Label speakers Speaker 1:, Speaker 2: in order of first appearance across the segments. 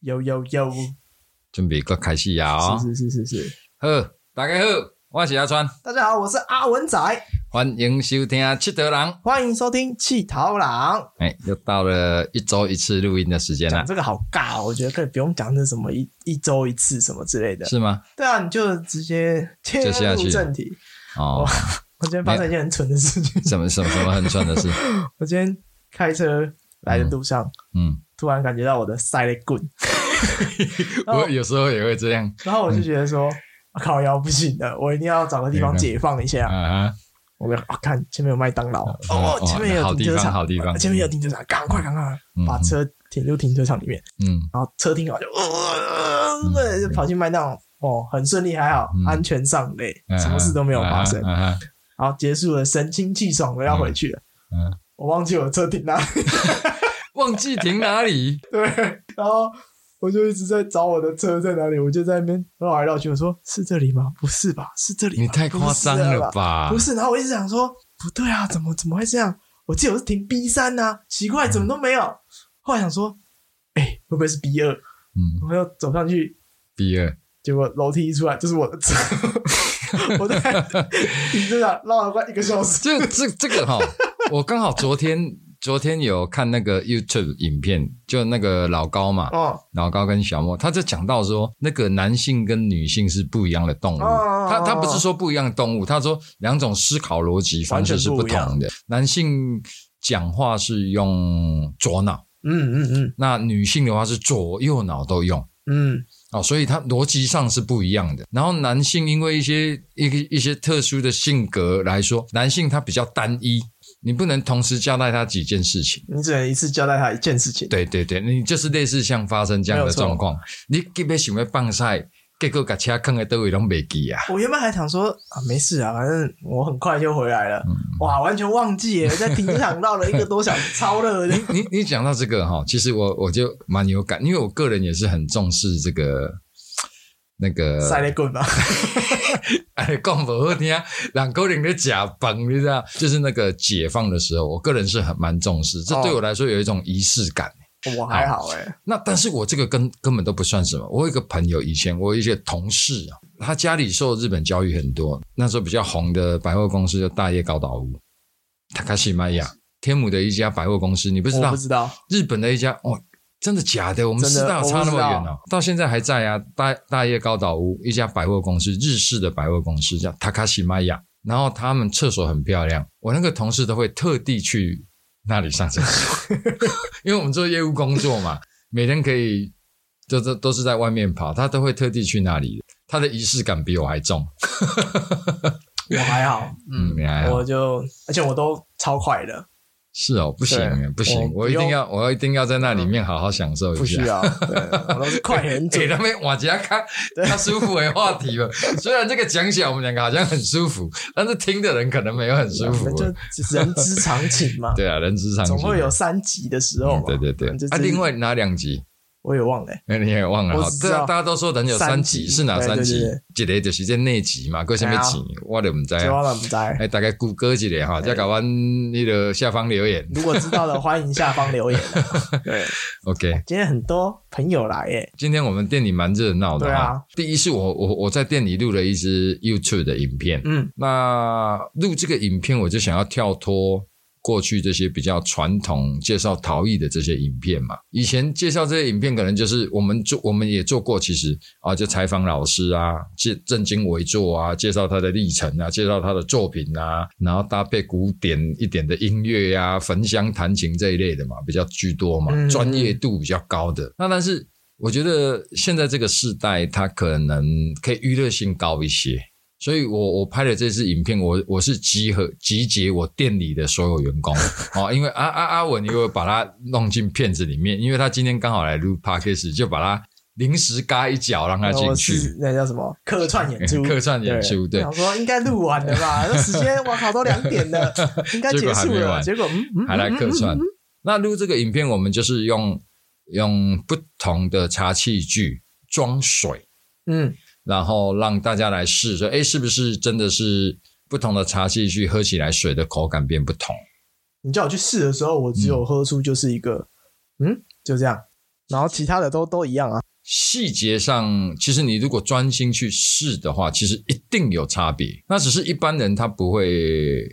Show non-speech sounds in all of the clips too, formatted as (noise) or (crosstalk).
Speaker 1: 有有有，
Speaker 2: 准备搁开始啊、哦！
Speaker 1: 是是是是是。
Speaker 2: 好，大家好，我是阿川，
Speaker 1: 大家好，我是阿文仔，
Speaker 2: 欢迎收听《七头狼》。
Speaker 1: 欢迎收听《气桃郎》。
Speaker 2: 哎，又到了一周一次录音的时间
Speaker 1: 讲
Speaker 2: 了，
Speaker 1: 这个好尬、哦，我觉得可以不用讲这什么一一周一次什么之类的。
Speaker 2: 是吗？
Speaker 1: 对啊，你就直接切
Speaker 2: 就下去
Speaker 1: 入正题。
Speaker 2: 哦，
Speaker 1: 我今天发生一件很蠢的事情，
Speaker 2: 什么什么什么很
Speaker 1: (laughs)
Speaker 2: 蠢的事？
Speaker 1: 我今天开车来的路上，
Speaker 2: 嗯，
Speaker 1: 突然感觉到我的塞了棍，然后
Speaker 2: 我有时候也会这样
Speaker 1: 然后我就觉得
Speaker 2: 嗯
Speaker 1: 说，啊靠腰不行了，我一定要找个地方
Speaker 2: 对对
Speaker 1: 解放一下。
Speaker 2: 啊哈。
Speaker 1: 我们啊，看前面有麦当劳，
Speaker 2: 哦
Speaker 1: 哦，前面也有
Speaker 2: 好
Speaker 1: 停
Speaker 2: 地
Speaker 1: 车
Speaker 2: 方，
Speaker 1: 场，哦
Speaker 2: 好地方，
Speaker 1: 前面有停车场，赶快赶快
Speaker 2: 嗯
Speaker 1: 把车停入停车场里面，
Speaker 2: 嗯
Speaker 1: 然后车停好就呃，就跑去麦当劳，哦，很顺利，还好
Speaker 2: 嗯，
Speaker 1: 安全上垒
Speaker 2: 嗯，
Speaker 1: 什么事都没有发生。
Speaker 2: 啊哈啊哈
Speaker 1: 然后结束了，神清气爽的要回去了，
Speaker 2: 嗯，
Speaker 1: 我忘记我车停哪里，
Speaker 2: 忘记停
Speaker 1: (laughs)
Speaker 2: 哪里？
Speaker 1: 对，然后。我就一直在找我的车在哪里，我就在那边绕来绕去。我说是这里吗？不是吧？是这里吗？
Speaker 2: 你太夸张
Speaker 1: 不是
Speaker 2: 了
Speaker 1: 吧？
Speaker 2: 吧
Speaker 1: 不？是，然后我一直想说，不对啊，怎么怎么会这样？我记得我是停 B 三呐、奇怪，怎么都没有。后来想说，哎、会不会是 B 二？
Speaker 2: 嗯，
Speaker 1: 我又走上去，
Speaker 2: 第二，
Speaker 1: 结果楼梯一出来就是我的车，
Speaker 2: (laughs)
Speaker 1: 我在停车场绕了快一个小时。
Speaker 2: 这这这个哈，我刚好昨天昨天有看那个 YouTube 影片，就那个老高嘛，
Speaker 1: 哦，
Speaker 2: 老高跟小莫，他就讲到说，那个男性跟女性是不一样的动物。
Speaker 1: 哦哦哦
Speaker 2: 他他不是说不一样的动物，他说两种思考逻辑方式是不
Speaker 1: 完
Speaker 2: 同的。男性讲话是用左脑，
Speaker 1: 嗯嗯嗯
Speaker 2: 那女性的话是左右脑都用。
Speaker 1: 嗯，
Speaker 2: 哦，所以它逻辑上是不一样的。然后男性因为一些一个一些特殊的性格来说，男性他比较单一，你不能同时交代他几件事情。
Speaker 1: 你只能一次交代他一件事情。
Speaker 2: 对对对，你就是类似像发生这样
Speaker 1: 没
Speaker 2: 的
Speaker 1: 有错
Speaker 2: 状况，你特别想要放晒，结果把车坑的都位拢袂记啊。
Speaker 1: 我原本还想说啊，没事啊，反正我很快就回来了。
Speaker 2: 嗯
Speaker 1: 哇，完全忘记耶，在停车场绕了一个多小时，超热
Speaker 2: (laughs)
Speaker 1: 的。
Speaker 2: 你你讲到这个哈，其实我我就蛮有感，因为我个人也是很重视这个那个
Speaker 1: 塞雷棍吧，
Speaker 2: 哎，讲不好听，两个人的假崩，你知道？就是那个解放的时候，我个人是很蛮重视，这
Speaker 1: 哦
Speaker 2: 对我来说有一种仪式感。
Speaker 1: 我还好哎。
Speaker 2: 那但是我这个根根本都不算什么。我有一个朋友，以前我有一些同事啊，他家里受日本教育很多，那时候比较红的百货公司就大叶高岛屋、塔卡西玛雅、天母的一家百货公司，你不知
Speaker 1: 我
Speaker 2: 道
Speaker 1: 不？知道，
Speaker 2: 日本的一家哦，真的假的？我们
Speaker 1: 真
Speaker 2: 知
Speaker 1: 的
Speaker 2: 道差那么
Speaker 1: 我
Speaker 2: 远
Speaker 1: 不知
Speaker 2: 哦，到现在还在啊。大大叶高岛屋一家百货公司，日式的百货公司叫 Takashimaya，然后他们厕所很漂亮，我那个同事都会特地去那里上厕所，
Speaker 1: (laughs)
Speaker 2: 因为我们做业务工作嘛，每天可以都都都是在外面跑，他都会特地去那里。他的仪式感比我还重，
Speaker 1: 我还好，
Speaker 2: 嗯你还好
Speaker 1: 我就而且我都超快的，
Speaker 2: 是哦，不行
Speaker 1: 对
Speaker 2: 不行，
Speaker 1: 我
Speaker 2: 我一定
Speaker 1: 不用嗯
Speaker 2: 要我一定要在那里面好好享受一下。
Speaker 1: 不需要，对我都是快很
Speaker 2: 给 (laughs)
Speaker 1: 准。
Speaker 2: 哎他们往家看，他舒服的话题
Speaker 1: (laughs)
Speaker 2: 了。虽然这个讲起来我们两个好像很舒服，但是听的人可能没有很舒服。
Speaker 1: 就人之常情嘛，
Speaker 2: 对啊，人之常情
Speaker 1: 总会有三级的时候
Speaker 2: 嗯
Speaker 1: 嘛。
Speaker 2: 对对对
Speaker 1: 反正。
Speaker 2: 啊，
Speaker 1: 这
Speaker 2: 另外哪两集？
Speaker 1: 我也忘了欸，
Speaker 2: 哎，你也忘了
Speaker 1: 我
Speaker 2: 哈？
Speaker 1: 只知
Speaker 2: 对啊，
Speaker 1: 道
Speaker 2: 大家都说人有三集，
Speaker 1: 三集
Speaker 2: 是哪三集
Speaker 1: 对对？哎
Speaker 2: 一个就是这内集嘛，搁什么集？我都不知
Speaker 1: 就
Speaker 2: 道
Speaker 1: 忘
Speaker 2: 啊。
Speaker 1: 了不在。
Speaker 2: 哎，大概谷歌一下哈，再搞完那个下方留言。
Speaker 1: 如果知道的，欢迎下方留言啊。
Speaker 2: (laughs)
Speaker 1: 对，
Speaker 2: OK，
Speaker 1: 今天很多朋友来耶，
Speaker 2: 今天我们店里蛮热闹的
Speaker 1: 对
Speaker 2: 哈
Speaker 1: 啊。
Speaker 2: 第一是我我我在店里录了一支 YouTube 的影片，
Speaker 1: 嗯
Speaker 2: 那录这个影片，我就想要跳脱过去这些比较传统介绍陶艺的这些影片嘛。以前介绍这些影片，可能就是我们做，我们也做过，其实啊，就采访老师啊，介正经为作啊，介绍他的历程啊，介绍他的作品啊，然后搭配古典一点的音乐呀、啊、焚香弹琴这一类的嘛，比较居多嘛，
Speaker 1: 嗯
Speaker 2: 专业度比较高的。那但是。我觉得现在这个世代，它可能可以娱乐性高一些，所以我我拍的这支影片，我我是集合集结我店里的所有员
Speaker 1: (laughs)
Speaker 2: 工哦，因为阿阿阿文又把他弄进片子里面，因为他今天刚好来录 podcast，就把他临时嘎一脚让他
Speaker 1: 那
Speaker 2: 进
Speaker 1: 哦我
Speaker 2: 啊去
Speaker 1: 是。那叫什么客串演出？
Speaker 2: (laughs) 客串演出对
Speaker 1: 我想说应该录完了
Speaker 2: (laughs)
Speaker 1: 吧？那时间我靠，都两点了，应该
Speaker 2: 结果
Speaker 1: 结
Speaker 2: 还
Speaker 1: 束
Speaker 2: 没
Speaker 1: 了。
Speaker 2: 完
Speaker 1: 结果嗯嗯，
Speaker 2: 还来客串。那录这个影片，我们就是用用不同的茶器具装水，
Speaker 1: 嗯
Speaker 2: 然后让大家来试说，哎，是不是真的是不同的茶器具喝起来水的口感变不同？
Speaker 1: 嗯你叫我去试的时候，我只有喝出就是一个嗯，就这样。然后其他的都都一样啊。
Speaker 2: 细节上，其实你如果专心去试的话，其实一定有差别。那只是一般人他不会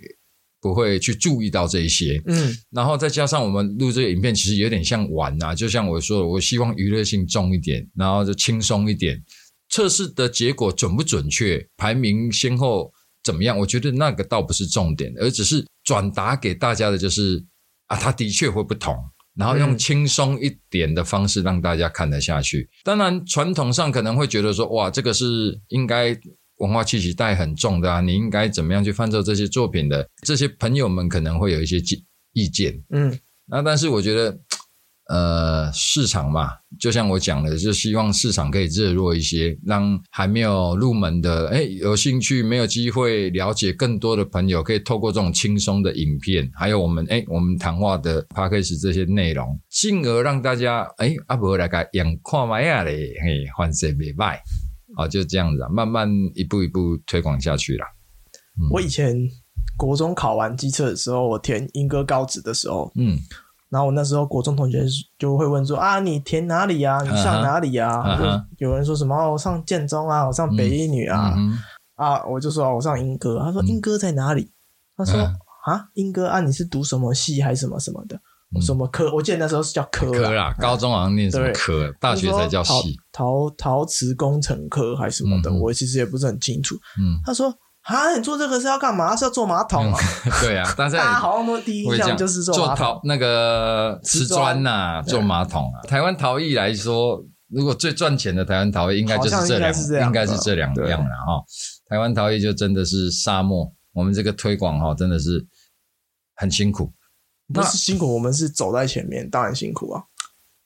Speaker 2: 不会去注意到这一些。
Speaker 1: 嗯，
Speaker 2: 然后再加上我们录这个影片，其实有点像玩呐、就像我说的，我希望娱乐性重一点，然后就轻松一点。测试的结果准不准确，排名先后怎么样，我觉得那个倒不是重点，而只是转达给大家的就是啊，它的确会不同。然后用
Speaker 1: 嗯
Speaker 2: 轻松一点的方式让大家看得下去。当然，传统上可能会觉得说，哇，这个是应该文化气息带很重的啊，你应该怎么样去翻奏这些作品的？这些朋友们可能会有一些意意见。
Speaker 1: 嗯，
Speaker 2: 那但是我觉得，呃，市场嘛，就像我讲的，就希望市场可以热络一些，让还没有入门的，哎，有兴趣没有机会了解更多的朋友，可以透过这种轻松的影片，还有我们哎我们谈话的 p a c k a g e 这些内容，进而让大家哎阿伯来个眼看麦啊嘞，嘿，换谁别拜。好，就这样子啊，慢慢一步一步推广下去啦。嗯
Speaker 1: 我以前国中考完机测的时候，我填英歌高职的时候，
Speaker 2: 嗯
Speaker 1: 然后我那时候国中同学就会问说啊，你填哪里啊？你上哪里啊？
Speaker 2: 嗯哼嗯哼
Speaker 1: 就有人说什么、哦我上建中啊，我上北一女啊，
Speaker 2: 嗯
Speaker 1: 啊，我就说、哦我上英歌，他说
Speaker 2: 嗯
Speaker 1: 英歌在哪里？他说
Speaker 2: 嗯
Speaker 1: 啊，英歌啊，你是读什么系还是什么什么的？我什么科？我记得那时候是叫科
Speaker 2: 哼，嗯科啦，高中好像念什么
Speaker 1: 啊对
Speaker 2: 科，大学才叫系。
Speaker 1: 陶陶瓷工程科还是什么的，
Speaker 2: 嗯嗯
Speaker 1: 我其实也不是很清楚。
Speaker 2: 嗯，
Speaker 1: 他说啊，你做这个是要干嘛？是要做马桶啊？
Speaker 2: (laughs) 对
Speaker 1: (laughs)
Speaker 2: 啊，大
Speaker 1: 大
Speaker 2: 家
Speaker 1: 家
Speaker 2: 也
Speaker 1: 好像都第一
Speaker 2: 会
Speaker 1: 印
Speaker 2: 这
Speaker 1: 象
Speaker 2: 样，
Speaker 1: 就是
Speaker 2: 做
Speaker 1: 马
Speaker 2: 陶
Speaker 1: 桶。
Speaker 2: 那个瓷
Speaker 1: 瓷
Speaker 2: 砖呐，做马桶啊。台湾陶艺来说，如果最赚钱的台湾陶艺，应该就是这两
Speaker 1: 好像应该是这，样
Speaker 2: 应该是这两样了哈。台湾陶艺就真的是沙漠，我们这个推广哈，真的是很辛苦，
Speaker 1: 不是辛苦，我们是走在前面，当然辛苦啊。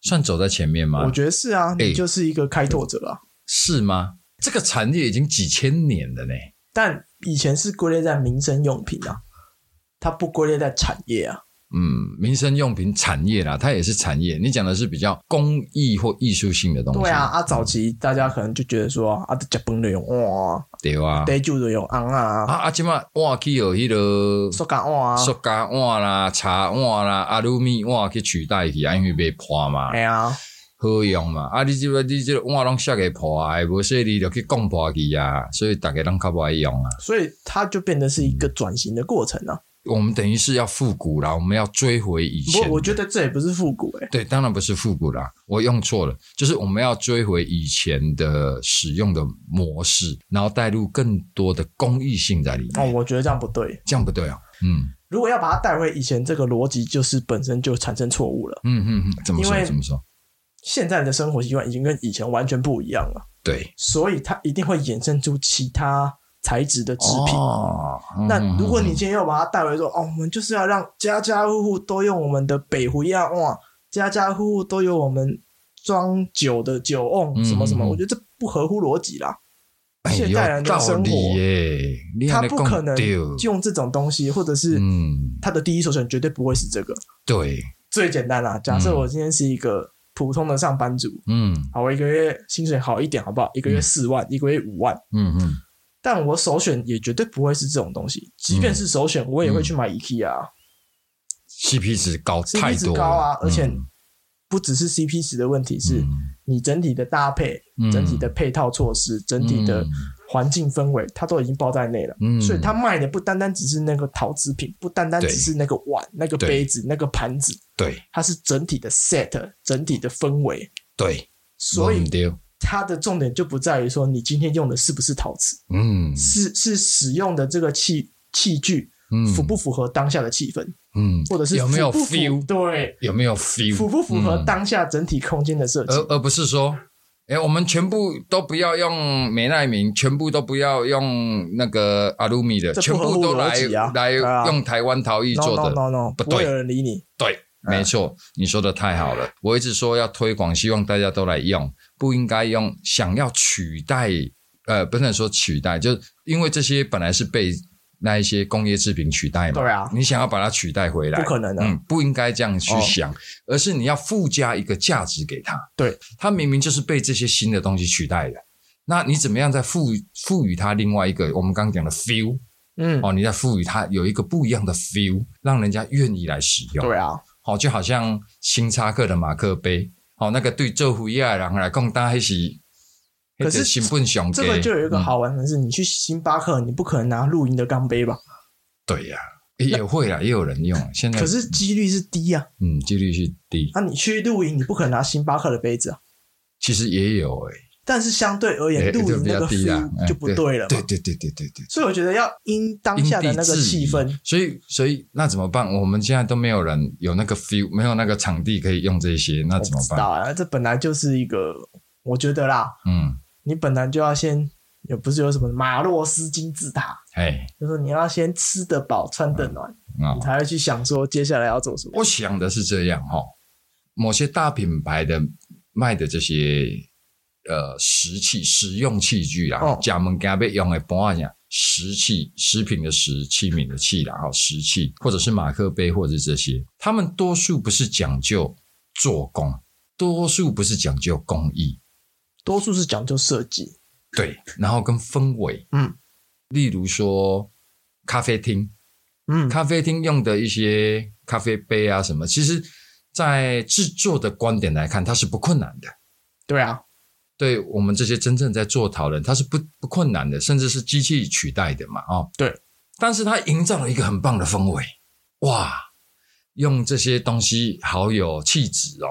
Speaker 2: 算走在前面吗
Speaker 1: 我？觉得是啊，
Speaker 2: 哎
Speaker 1: 你就是一个开拓者啊。
Speaker 2: 是吗？这个产业已经几千年了呢。
Speaker 1: 但以前是归类在民生用品啊，它不归类在产业啊。
Speaker 2: 嗯，民生用品产业啦，它也是产业。你讲的是比较工艺或艺术性的东西，
Speaker 1: 对啊，啊，早期大家可能就觉得说啊，这脚崩的用哇，
Speaker 2: 对啊，
Speaker 1: 逮住的用昂
Speaker 2: 啊
Speaker 1: 啊，
Speaker 2: 啊，即马碗去有迄个
Speaker 1: 手感哇，
Speaker 2: 塑胶碗啦、茶碗啦、阿鲁米碗去取代去，啊因为袂破嘛
Speaker 1: 哎，呀，
Speaker 2: 好用嘛。啊，你即个你即个碗拢摔个破啊，无说你就去讲破去啊，所以大家拢较无爱用啊。
Speaker 1: 所以它就变得是一个转型的过程啊。
Speaker 2: 我们等于是要复古啦，我们要追回以前
Speaker 1: 不。过我觉得这也不是复古哎、
Speaker 2: 对，当然不是复古啦，我用错了，就是我们要追回以前的使用的模式，然后带入更多的公益性在里面，
Speaker 1: 哦，我觉得这样不对。
Speaker 2: 这样不对啊。嗯
Speaker 1: 如果要把它带回以前，这个逻辑就是本身就产生错误了。
Speaker 2: 嗯嗯嗯，怎么
Speaker 1: 因
Speaker 2: 说
Speaker 1: 为
Speaker 2: 怎么说？
Speaker 1: 现在的生活习惯已经跟以前完全不一样了，
Speaker 2: 对，
Speaker 1: 所以它一定会衍生出其他材质的制品。
Speaker 2: 哦、
Speaker 1: 那
Speaker 2: 嗯
Speaker 1: 如果
Speaker 2: 嗯
Speaker 1: 你今天要把它带回说，哦，我们就是要让家家户户都用我们的北湖样哇，家家户户都有我们装酒的酒瓮什么什么，
Speaker 2: 嗯嗯嗯
Speaker 1: 我觉得这不合乎逻辑啦。
Speaker 2: 哎
Speaker 1: 现代人的生活
Speaker 2: 有道理耶，你
Speaker 1: 他
Speaker 2: 还
Speaker 1: 不
Speaker 2: 讲
Speaker 1: 可能
Speaker 2: 对
Speaker 1: 用这种东西，或者是
Speaker 2: 嗯，
Speaker 1: 他的第一首选绝对不会是这个。
Speaker 2: 对，
Speaker 1: 最简单啦，假设
Speaker 2: 嗯
Speaker 1: 我今天是一个普通的上班族，
Speaker 2: 嗯
Speaker 1: 好，我一个月薪水好一点，好不好？一个月
Speaker 2: 嗯
Speaker 1: 四万，一个月五万，
Speaker 2: 嗯嗯，
Speaker 1: 但我首选也绝对不会是这种东西。即
Speaker 2: 嗯
Speaker 1: 便是首选，我也会去买 IKEA 啊、
Speaker 2: ，CP 值高
Speaker 1: CP
Speaker 2: 太
Speaker 1: 值
Speaker 2: 多了，
Speaker 1: 高啊，而且
Speaker 2: 嗯
Speaker 1: 不只是 CP 值的问题，是
Speaker 2: 嗯
Speaker 1: 你整体的搭配、
Speaker 2: 嗯
Speaker 1: 整体的配套措施、整体的环境氛围，它都已经包在内了。
Speaker 2: 嗯，
Speaker 1: 所以它卖的不单单只是那个陶瓷品，不单单只
Speaker 2: 对
Speaker 1: 是那个碗、那个
Speaker 2: 对
Speaker 1: 杯子、那个盘子，
Speaker 2: 对
Speaker 1: 它是整体的 set、整体的氛围。
Speaker 2: 对，
Speaker 1: 所以
Speaker 2: 我不对，
Speaker 1: 它的重点就不在于说你今天用的是不是陶瓷，
Speaker 2: 嗯
Speaker 1: 是是使用的这个器器具
Speaker 2: 嗯，
Speaker 1: 符不符合当下的气氛，
Speaker 2: 嗯，
Speaker 1: 或者是
Speaker 2: 有没有
Speaker 1: 符不符
Speaker 2: feel，
Speaker 1: 对，
Speaker 2: 有没有 feel，
Speaker 1: 符不符合
Speaker 2: 嗯
Speaker 1: 当下整体空间的设计
Speaker 2: 而？而不是说，哎，我们全部都不要用美奈明，全部都不要用那个阿鲁米的，
Speaker 1: 这
Speaker 2: 全
Speaker 1: 不合
Speaker 2: 部
Speaker 1: 乎
Speaker 2: 都来
Speaker 1: 逻辑啊
Speaker 2: 来
Speaker 1: 对啊
Speaker 2: 用台湾陶艺
Speaker 1: no
Speaker 2: 做
Speaker 1: no
Speaker 2: 的，
Speaker 1: no no，
Speaker 2: 不
Speaker 1: 不会
Speaker 2: 对
Speaker 1: 有人理你。
Speaker 2: 对，
Speaker 1: 哎
Speaker 2: 没错，你说的太好了。我一直说要推广，希望大家都来用，不应该用想要取代，呃，不能说取代，就是因为这些本来是被那一些工业制品取代嘛。
Speaker 1: 对啊
Speaker 2: 你想要把它取代回来，
Speaker 1: 不可能的啊哦
Speaker 2: 嗯，不应该这样去想，而是你要附加一个价值给它。
Speaker 1: 对，
Speaker 2: 它明明就是被这些新的东西取代的，那你怎么样再赋赋予它另外一个我们刚刚讲的 feel
Speaker 1: 嗯，
Speaker 2: 哦？你再赋予它有一个不一样的 feel，让人家愿意来使用。哦
Speaker 1: 对啊，
Speaker 2: 好、就好像星巴克的马克杯，哦，那个对做虎业的人来讲，大概是，
Speaker 1: 可是
Speaker 2: 新本雄
Speaker 1: 这个就有一
Speaker 2: 嗯
Speaker 1: 个好玩的是，你去星巴克，你不可能拿露营的钢杯吧？
Speaker 2: 对呀、也也会啦，也有人用。现在
Speaker 1: 可是几率是低啊。
Speaker 2: 嗯，几率是低，
Speaker 1: 那、你去露营，你不可能拿星巴克的杯子啊。
Speaker 2: 其实也有欸诶、
Speaker 1: 但是相对而
Speaker 2: 欸，
Speaker 1: 言，
Speaker 2: 诶
Speaker 1: 露
Speaker 2: 就
Speaker 1: 营
Speaker 2: 比
Speaker 1: 那
Speaker 2: 较
Speaker 1: 个
Speaker 2: 低啦，
Speaker 1: 氛
Speaker 2: 哎
Speaker 1: 就不对了嘛。
Speaker 2: 对对对对对对，
Speaker 1: 所以我觉得要因当
Speaker 2: 因
Speaker 1: 下的
Speaker 2: 地
Speaker 1: 那个
Speaker 2: 制
Speaker 1: 气
Speaker 2: 宜
Speaker 1: 氛，。
Speaker 2: 所以所以那怎么办？我们现在都没有人有那个 feel，没有那个场地可以用这些，那
Speaker 1: 我
Speaker 2: 怎
Speaker 1: 不
Speaker 2: 么
Speaker 1: 知道
Speaker 2: 办？
Speaker 1: 啊，这本来就是一个，我觉得啦，
Speaker 2: 嗯，
Speaker 1: 你本来就要先，也不是有什么马洛斯金字塔，
Speaker 2: 哎，
Speaker 1: 就是你要先吃得饱、穿得暖，
Speaker 2: 啊、
Speaker 1: 你才会去想说接下来要做什么。
Speaker 2: 我想的是这样哈、某些大品牌的卖的这些呃食器、食用器具啦
Speaker 1: 哦，
Speaker 2: 家门家被用的盘呀，食器、食品的食、器皿的器啦，哈，食器或者是马克杯或者是这些，他们多数不是讲究做工，多数不是讲究工艺，
Speaker 1: 多数是讲究设计，
Speaker 2: 对，然后跟氛围，
Speaker 1: 嗯
Speaker 2: 例如说咖啡厅，
Speaker 1: 嗯，
Speaker 2: 咖啡厅用的一些咖啡杯啊什么，其实，在制作的观点来看，它是不困难的。
Speaker 1: 对啊，
Speaker 2: 对我们这些真正在做讨论，它是不不困难的，甚至是机器取代的嘛，哦，
Speaker 1: 对。
Speaker 2: 但是它营造了一个很棒的氛围，哇！用这些东西好有气质哦。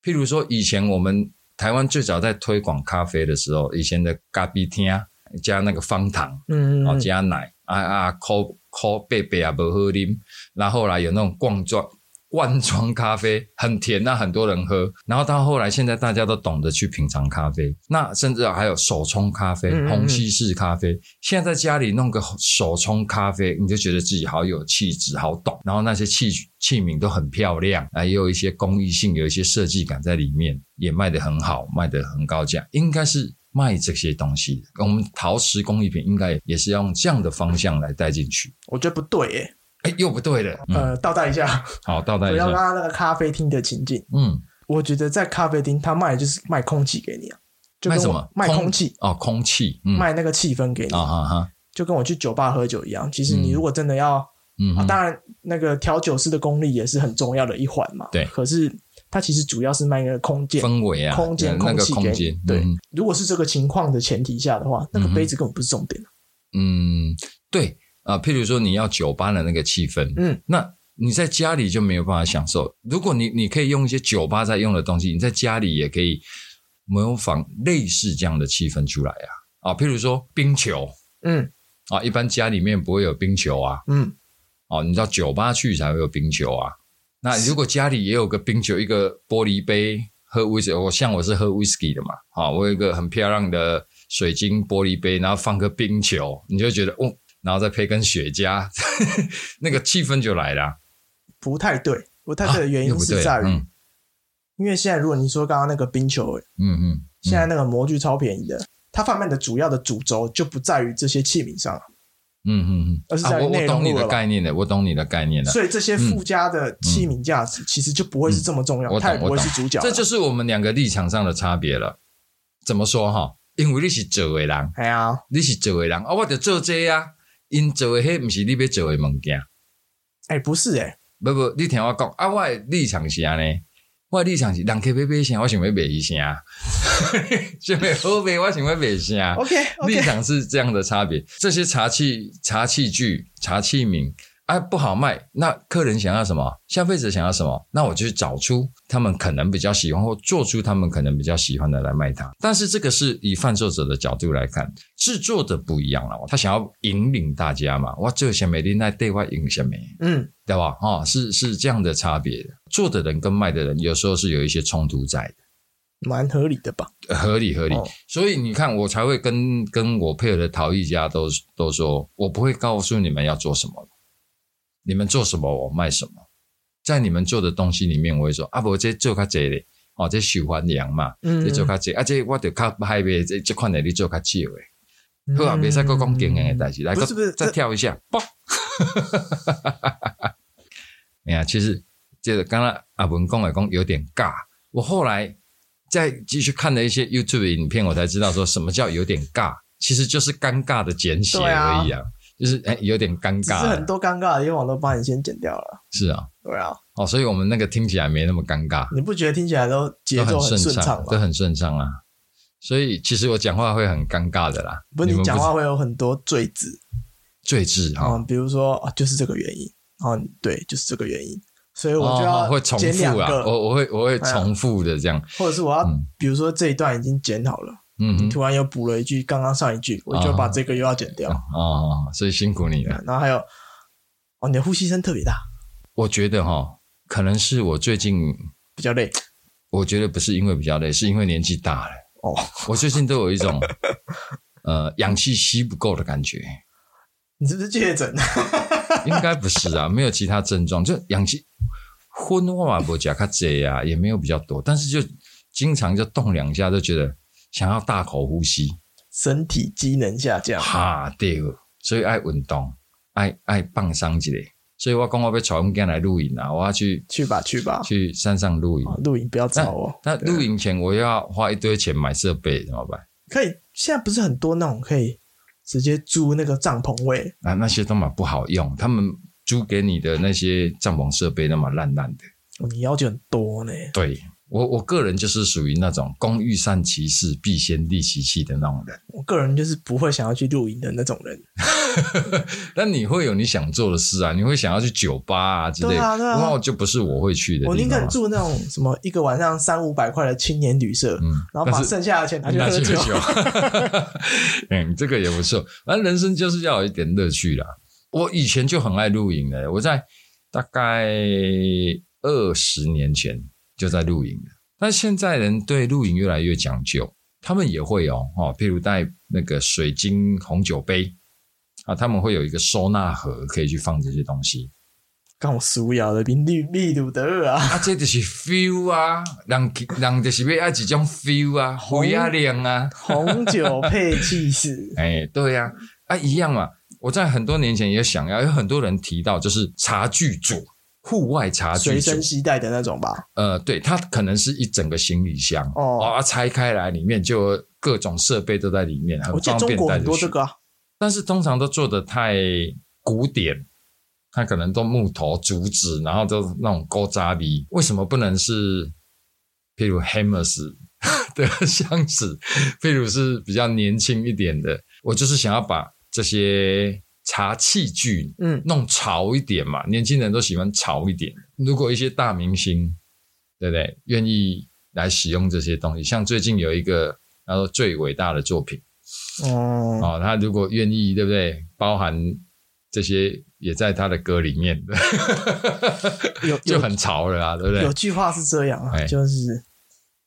Speaker 2: 譬如说，以前我们台湾最早在推广咖啡的时候，以前的咖啡厅啊加那个方糖，
Speaker 1: 嗯，
Speaker 2: 哦，加奶啊啊，抠抠贝贝啊，不喝啉。然后后来有那种罐装罐装咖啡，很甜啊，很多人喝。然后到后来，现在大家都懂得去品尝咖啡，那甚至还有手冲咖啡
Speaker 1: 嗯嗯嗯、
Speaker 2: 虹吸式咖啡。现在在家里弄个手冲咖啡，你就觉得自己好有气质，好懂。然后那些器器皿都很漂亮，啊，也有一些工艺性，有一些设计感在里面，也卖得很好，卖得很高价，应该是。卖这些东西的，我们陶瓷工艺品应该也是要用这样的方向来带进去。
Speaker 1: 我觉得不对耶、
Speaker 2: 哎，又不对了。嗯，
Speaker 1: 呃，倒带一下，
Speaker 2: 好，倒带
Speaker 1: 不
Speaker 2: 一
Speaker 1: 要
Speaker 2: 下
Speaker 1: 刚。刚那个咖啡厅的情境。
Speaker 2: 嗯，
Speaker 1: 我觉得在咖啡厅，他卖的就是卖空气给你啊，就
Speaker 2: 卖
Speaker 1: 跟
Speaker 2: 什
Speaker 1: 我
Speaker 2: 么？
Speaker 1: 卖空气，
Speaker 2: 哦，空气。嗯，
Speaker 1: 卖那个气氛给你
Speaker 2: 啊，哈哈。
Speaker 1: 就跟我去酒吧喝酒一样。其实你
Speaker 2: 嗯
Speaker 1: 如果真的要，
Speaker 2: 嗯
Speaker 1: 啊
Speaker 2: 哼，
Speaker 1: 当然那个调酒师的功力也是很重要的一环嘛。
Speaker 2: 对
Speaker 1: 可是它其实主要是卖一个空间。
Speaker 2: 氛围啊，
Speaker 1: 空间、
Speaker 2: 对那个
Speaker 1: 气给
Speaker 2: 空
Speaker 1: 你
Speaker 2: 间。
Speaker 1: 对
Speaker 2: 嗯，
Speaker 1: 如果是这个情况的前提下的话，那
Speaker 2: 嗯
Speaker 1: 个
Speaker 2: 哼
Speaker 1: 杯子根本不是重点。
Speaker 2: 嗯，对啊、譬如说你要酒吧的那个气氛，
Speaker 1: 嗯，
Speaker 2: 那你在家里就没有办法享受。如果你你可以用一些酒吧在用的东西，你在家里也可以模仿类似这样的气氛出来啊啊，譬如说冰球
Speaker 1: 嗯
Speaker 2: 啊，一般家里面不会有冰球啊，
Speaker 1: 嗯，
Speaker 2: 哦，你到酒吧去才会有冰球啊。那如果家里也有个冰球，一个玻璃杯，喝威士，我像我是喝威士忌的嘛，啊、我有一个很漂亮的水晶玻璃杯，然后放个冰球，你就觉得哦，然后再配根雪茄， (laughs) 那个气氛就来了啊。
Speaker 1: 不太对，不太对的原
Speaker 2: 又
Speaker 1: 因
Speaker 2: 不对
Speaker 1: 是在于，
Speaker 2: 嗯
Speaker 1: 因为现在如果你说刚刚那个冰球，
Speaker 2: 嗯嗯，
Speaker 1: 现在那个模具超便宜的，它贩卖的主要的主轴就不在于这些器皿上了，
Speaker 2: 嗯嗯
Speaker 1: 而
Speaker 2: 嗯，
Speaker 1: 是
Speaker 2: 啊，
Speaker 1: 在
Speaker 2: 我
Speaker 1: 内
Speaker 2: 我
Speaker 1: 容
Speaker 2: 懂你
Speaker 1: 物了
Speaker 2: 的
Speaker 1: 吧
Speaker 2: 概念了，我懂你的概念了。
Speaker 1: 所以这些附加的器皿价值其实就不会是这么重
Speaker 2: 嗯嗯我
Speaker 1: 要，
Speaker 2: 懂
Speaker 1: 它也不会是主角了。
Speaker 2: 这就是我们两个立场上的差别了。怎么说哈？因为你是做的人，
Speaker 1: 哎呀，
Speaker 2: 你是做的人啊，我就做这啊。因做的迄毋是你要做的物件，
Speaker 1: 哎，不是哎，
Speaker 2: 不不，你听我讲啊，我的立场是安尼，我的立场是人客要买啥，我想要卖伊啥， (laughs) 想要好卖，我想要卖啥。
Speaker 1: OK
Speaker 2: 立
Speaker 1: (laughs) OK，
Speaker 2: 场是这样的差别。这些茶器、茶器具、茶器皿啊不好卖，那客人想要什么，消费者想要什么，那我就去找出他们可能比较喜欢，或做出他们可能比较喜欢的来卖它。但是这个是以贩售者的角度来看，制作者不一样了，他想要引领大家嘛，我做什么，你来对外引什么。
Speaker 1: 嗯，
Speaker 2: 对吧？哦，是是这样的差别的，做的人跟卖的人有时候是有一些冲突在的。
Speaker 1: 蛮合理的吧？
Speaker 2: 合理合理。
Speaker 1: 哦
Speaker 2: 所以你看，我才会跟跟我配合的陶艺家都都说，我不会告诉你们要做什么，你们做什么我卖什么。在你们做的东西里面，我会说啊，我这做较济咧，哦，这喜欢凉嘛，
Speaker 1: 嗯
Speaker 2: 这做较济，啊，这我得较歹卖，这这款的你做较少诶。
Speaker 1: 嗯
Speaker 2: 好啊，袂使搁讲经验的代志，来，
Speaker 1: 不
Speaker 2: 搁
Speaker 1: 是不是，
Speaker 2: 再
Speaker 1: 这
Speaker 2: 跳一下，嘣！ (laughs) 哎呀，其实这个刚刚阿文讲来讲有点尬，我后来再继续看了一些 YouTube 影片，我才知道说什么叫有点尬，其实就是尴尬的简写
Speaker 1: 对啊
Speaker 2: 而已啊，就是哎有点尴
Speaker 1: 只
Speaker 2: 尬
Speaker 1: 是很
Speaker 2: 啊，
Speaker 1: 多尴尬的地方我都帮你先剪掉了。
Speaker 2: 是啊，
Speaker 1: 对啊，
Speaker 2: 哦，所以我们那个听起来没那么尴尬，
Speaker 1: 你不觉得听起来都节
Speaker 2: 都
Speaker 1: 奏
Speaker 2: 顺
Speaker 1: 顺畅
Speaker 2: 畅，都
Speaker 1: 吗？
Speaker 2: 很顺畅啊。所以其实我讲话会很尴尬的啦，
Speaker 1: 不是
Speaker 2: 你
Speaker 1: 你
Speaker 2: 们
Speaker 1: 讲
Speaker 2: 知
Speaker 1: 话会有很多赘字
Speaker 2: 赘字
Speaker 1: 啊，
Speaker 2: 哈，
Speaker 1: 嗯比如说啊，就是这个原因，啊，对，就是这个原因，所以我就
Speaker 2: 哦
Speaker 1: 要
Speaker 2: 会重
Speaker 1: 减两
Speaker 2: 复啊，
Speaker 1: 个，
Speaker 2: 我我会我会
Speaker 1: 哎呀
Speaker 2: 重复的这样，
Speaker 1: 或者是我要
Speaker 2: 嗯
Speaker 1: 比如说这一段已经剪好了，
Speaker 2: 嗯哼，
Speaker 1: 突然又补了一句刚刚上一句，我就把这个又要剪掉。啊
Speaker 2: 哦，所以辛苦你了。
Speaker 1: 然后还有哦，你的呼吸声特别大，
Speaker 2: 我觉得哈，可能是我最近，
Speaker 1: 比较累
Speaker 2: 我觉得不是因为比较累，是因为年纪大了。
Speaker 1: 哦。
Speaker 2: 我最近都有
Speaker 1: (laughs)
Speaker 2: 一种呃氧气吸不够的感觉，
Speaker 1: 你是不是确诊？ (laughs)
Speaker 2: 应该不是啊，没有其他症状，就氧气昏嘛不加卡这啊，也没有比较多，但是就经常就动两下，就觉得想要大口呼吸，
Speaker 1: 身体机能下降，
Speaker 2: 哈对哦，所以爱运动，爱爱放松一类。所以我讲我要带我们家来露营啊，我要去
Speaker 1: 去吧去吧，
Speaker 2: 去山上露营
Speaker 1: 啊。露营不要找我。
Speaker 2: 那露营前我又要花一堆钱买设备，怎么办？
Speaker 1: 可以，现在不是很多那种可以直接租那个帐篷位，
Speaker 2: 那那些都嘛不好用，他们租给你的那些帐篷设备那么烂烂的。
Speaker 1: 哦你要求很多呢。
Speaker 2: 对我我个人就是属于那种工欲善其事，必先利其器的那种人。
Speaker 1: 我个人就是不会想要去露营的那种人。
Speaker 2: 那你会有你想做的事啊，你会想要去酒吧啊之类
Speaker 1: 对
Speaker 2: 的，
Speaker 1: 啊对啊
Speaker 2: 那就不是我会去的
Speaker 1: 我
Speaker 2: 地
Speaker 1: 宁
Speaker 2: 方
Speaker 1: 肯
Speaker 2: 啊。
Speaker 1: 住那种什么一个晚上三五百块的青年旅社，
Speaker 2: 嗯，
Speaker 1: 然后
Speaker 2: 但
Speaker 1: 把
Speaker 2: 是
Speaker 1: 剩下的 (laughs) 钱拿去
Speaker 2: 拿
Speaker 1: 喝酒。
Speaker 2: 酒。 (laughs) 嗯，这个也不错。反正人生就是要有一点乐趣啦。我以前就很爱露营的，我在大概二十年前就在露营了。但现在人对露营越来越讲究，他们也会哦，哦，譬如带那个水晶红酒杯啊，他们会有一个收纳盒，可以去放这些东西。
Speaker 1: 刚我俗咬的比利秘鲁的二啊，
Speaker 2: 啊，这就是 feel 啊，人人就是要爱一种 feel 啊，
Speaker 1: 红
Speaker 2: 灰啊亮啊。，
Speaker 1: 红酒配气势 (laughs)
Speaker 2: 哎，对呀、啊，一样嘛。我在很多年前也想要，有很多人提到就是茶具组，户外茶具
Speaker 1: 随
Speaker 2: 组
Speaker 1: 身，携带的那种吧。
Speaker 2: 呃，对，它可能是一整个行李箱
Speaker 1: 哦
Speaker 2: 啊，拆开来里面就有各种设备都在里面，很
Speaker 1: 我记得
Speaker 2: 方
Speaker 1: 中
Speaker 2: 便
Speaker 1: 国
Speaker 2: 带
Speaker 1: 很
Speaker 2: 着
Speaker 1: 多
Speaker 2: 去
Speaker 1: 这。个、啊，
Speaker 2: 但是通常都做的太古典，它可能都木头、竹子，然后都那种勾扎鼻。为什么不能是，譬如 Hammers (laughs) 的箱子，譬如是比较年轻一点的？我就是想要把这些茶器具
Speaker 1: 嗯，
Speaker 2: 弄潮一点嘛，年轻人都喜欢潮一点。如果一些大明星，对不对，愿意来使用这些东西，像最近有一个，他说最伟大的作品。
Speaker 1: 哦，
Speaker 2: 哦，他如果愿意，对不对？包含这些也在他的歌里面， (laughs)
Speaker 1: 有
Speaker 2: 就
Speaker 1: 有
Speaker 2: 很潮了啊，对不
Speaker 1: 有
Speaker 2: 对？
Speaker 1: 句话是这样啊，
Speaker 2: 哎
Speaker 1: 就是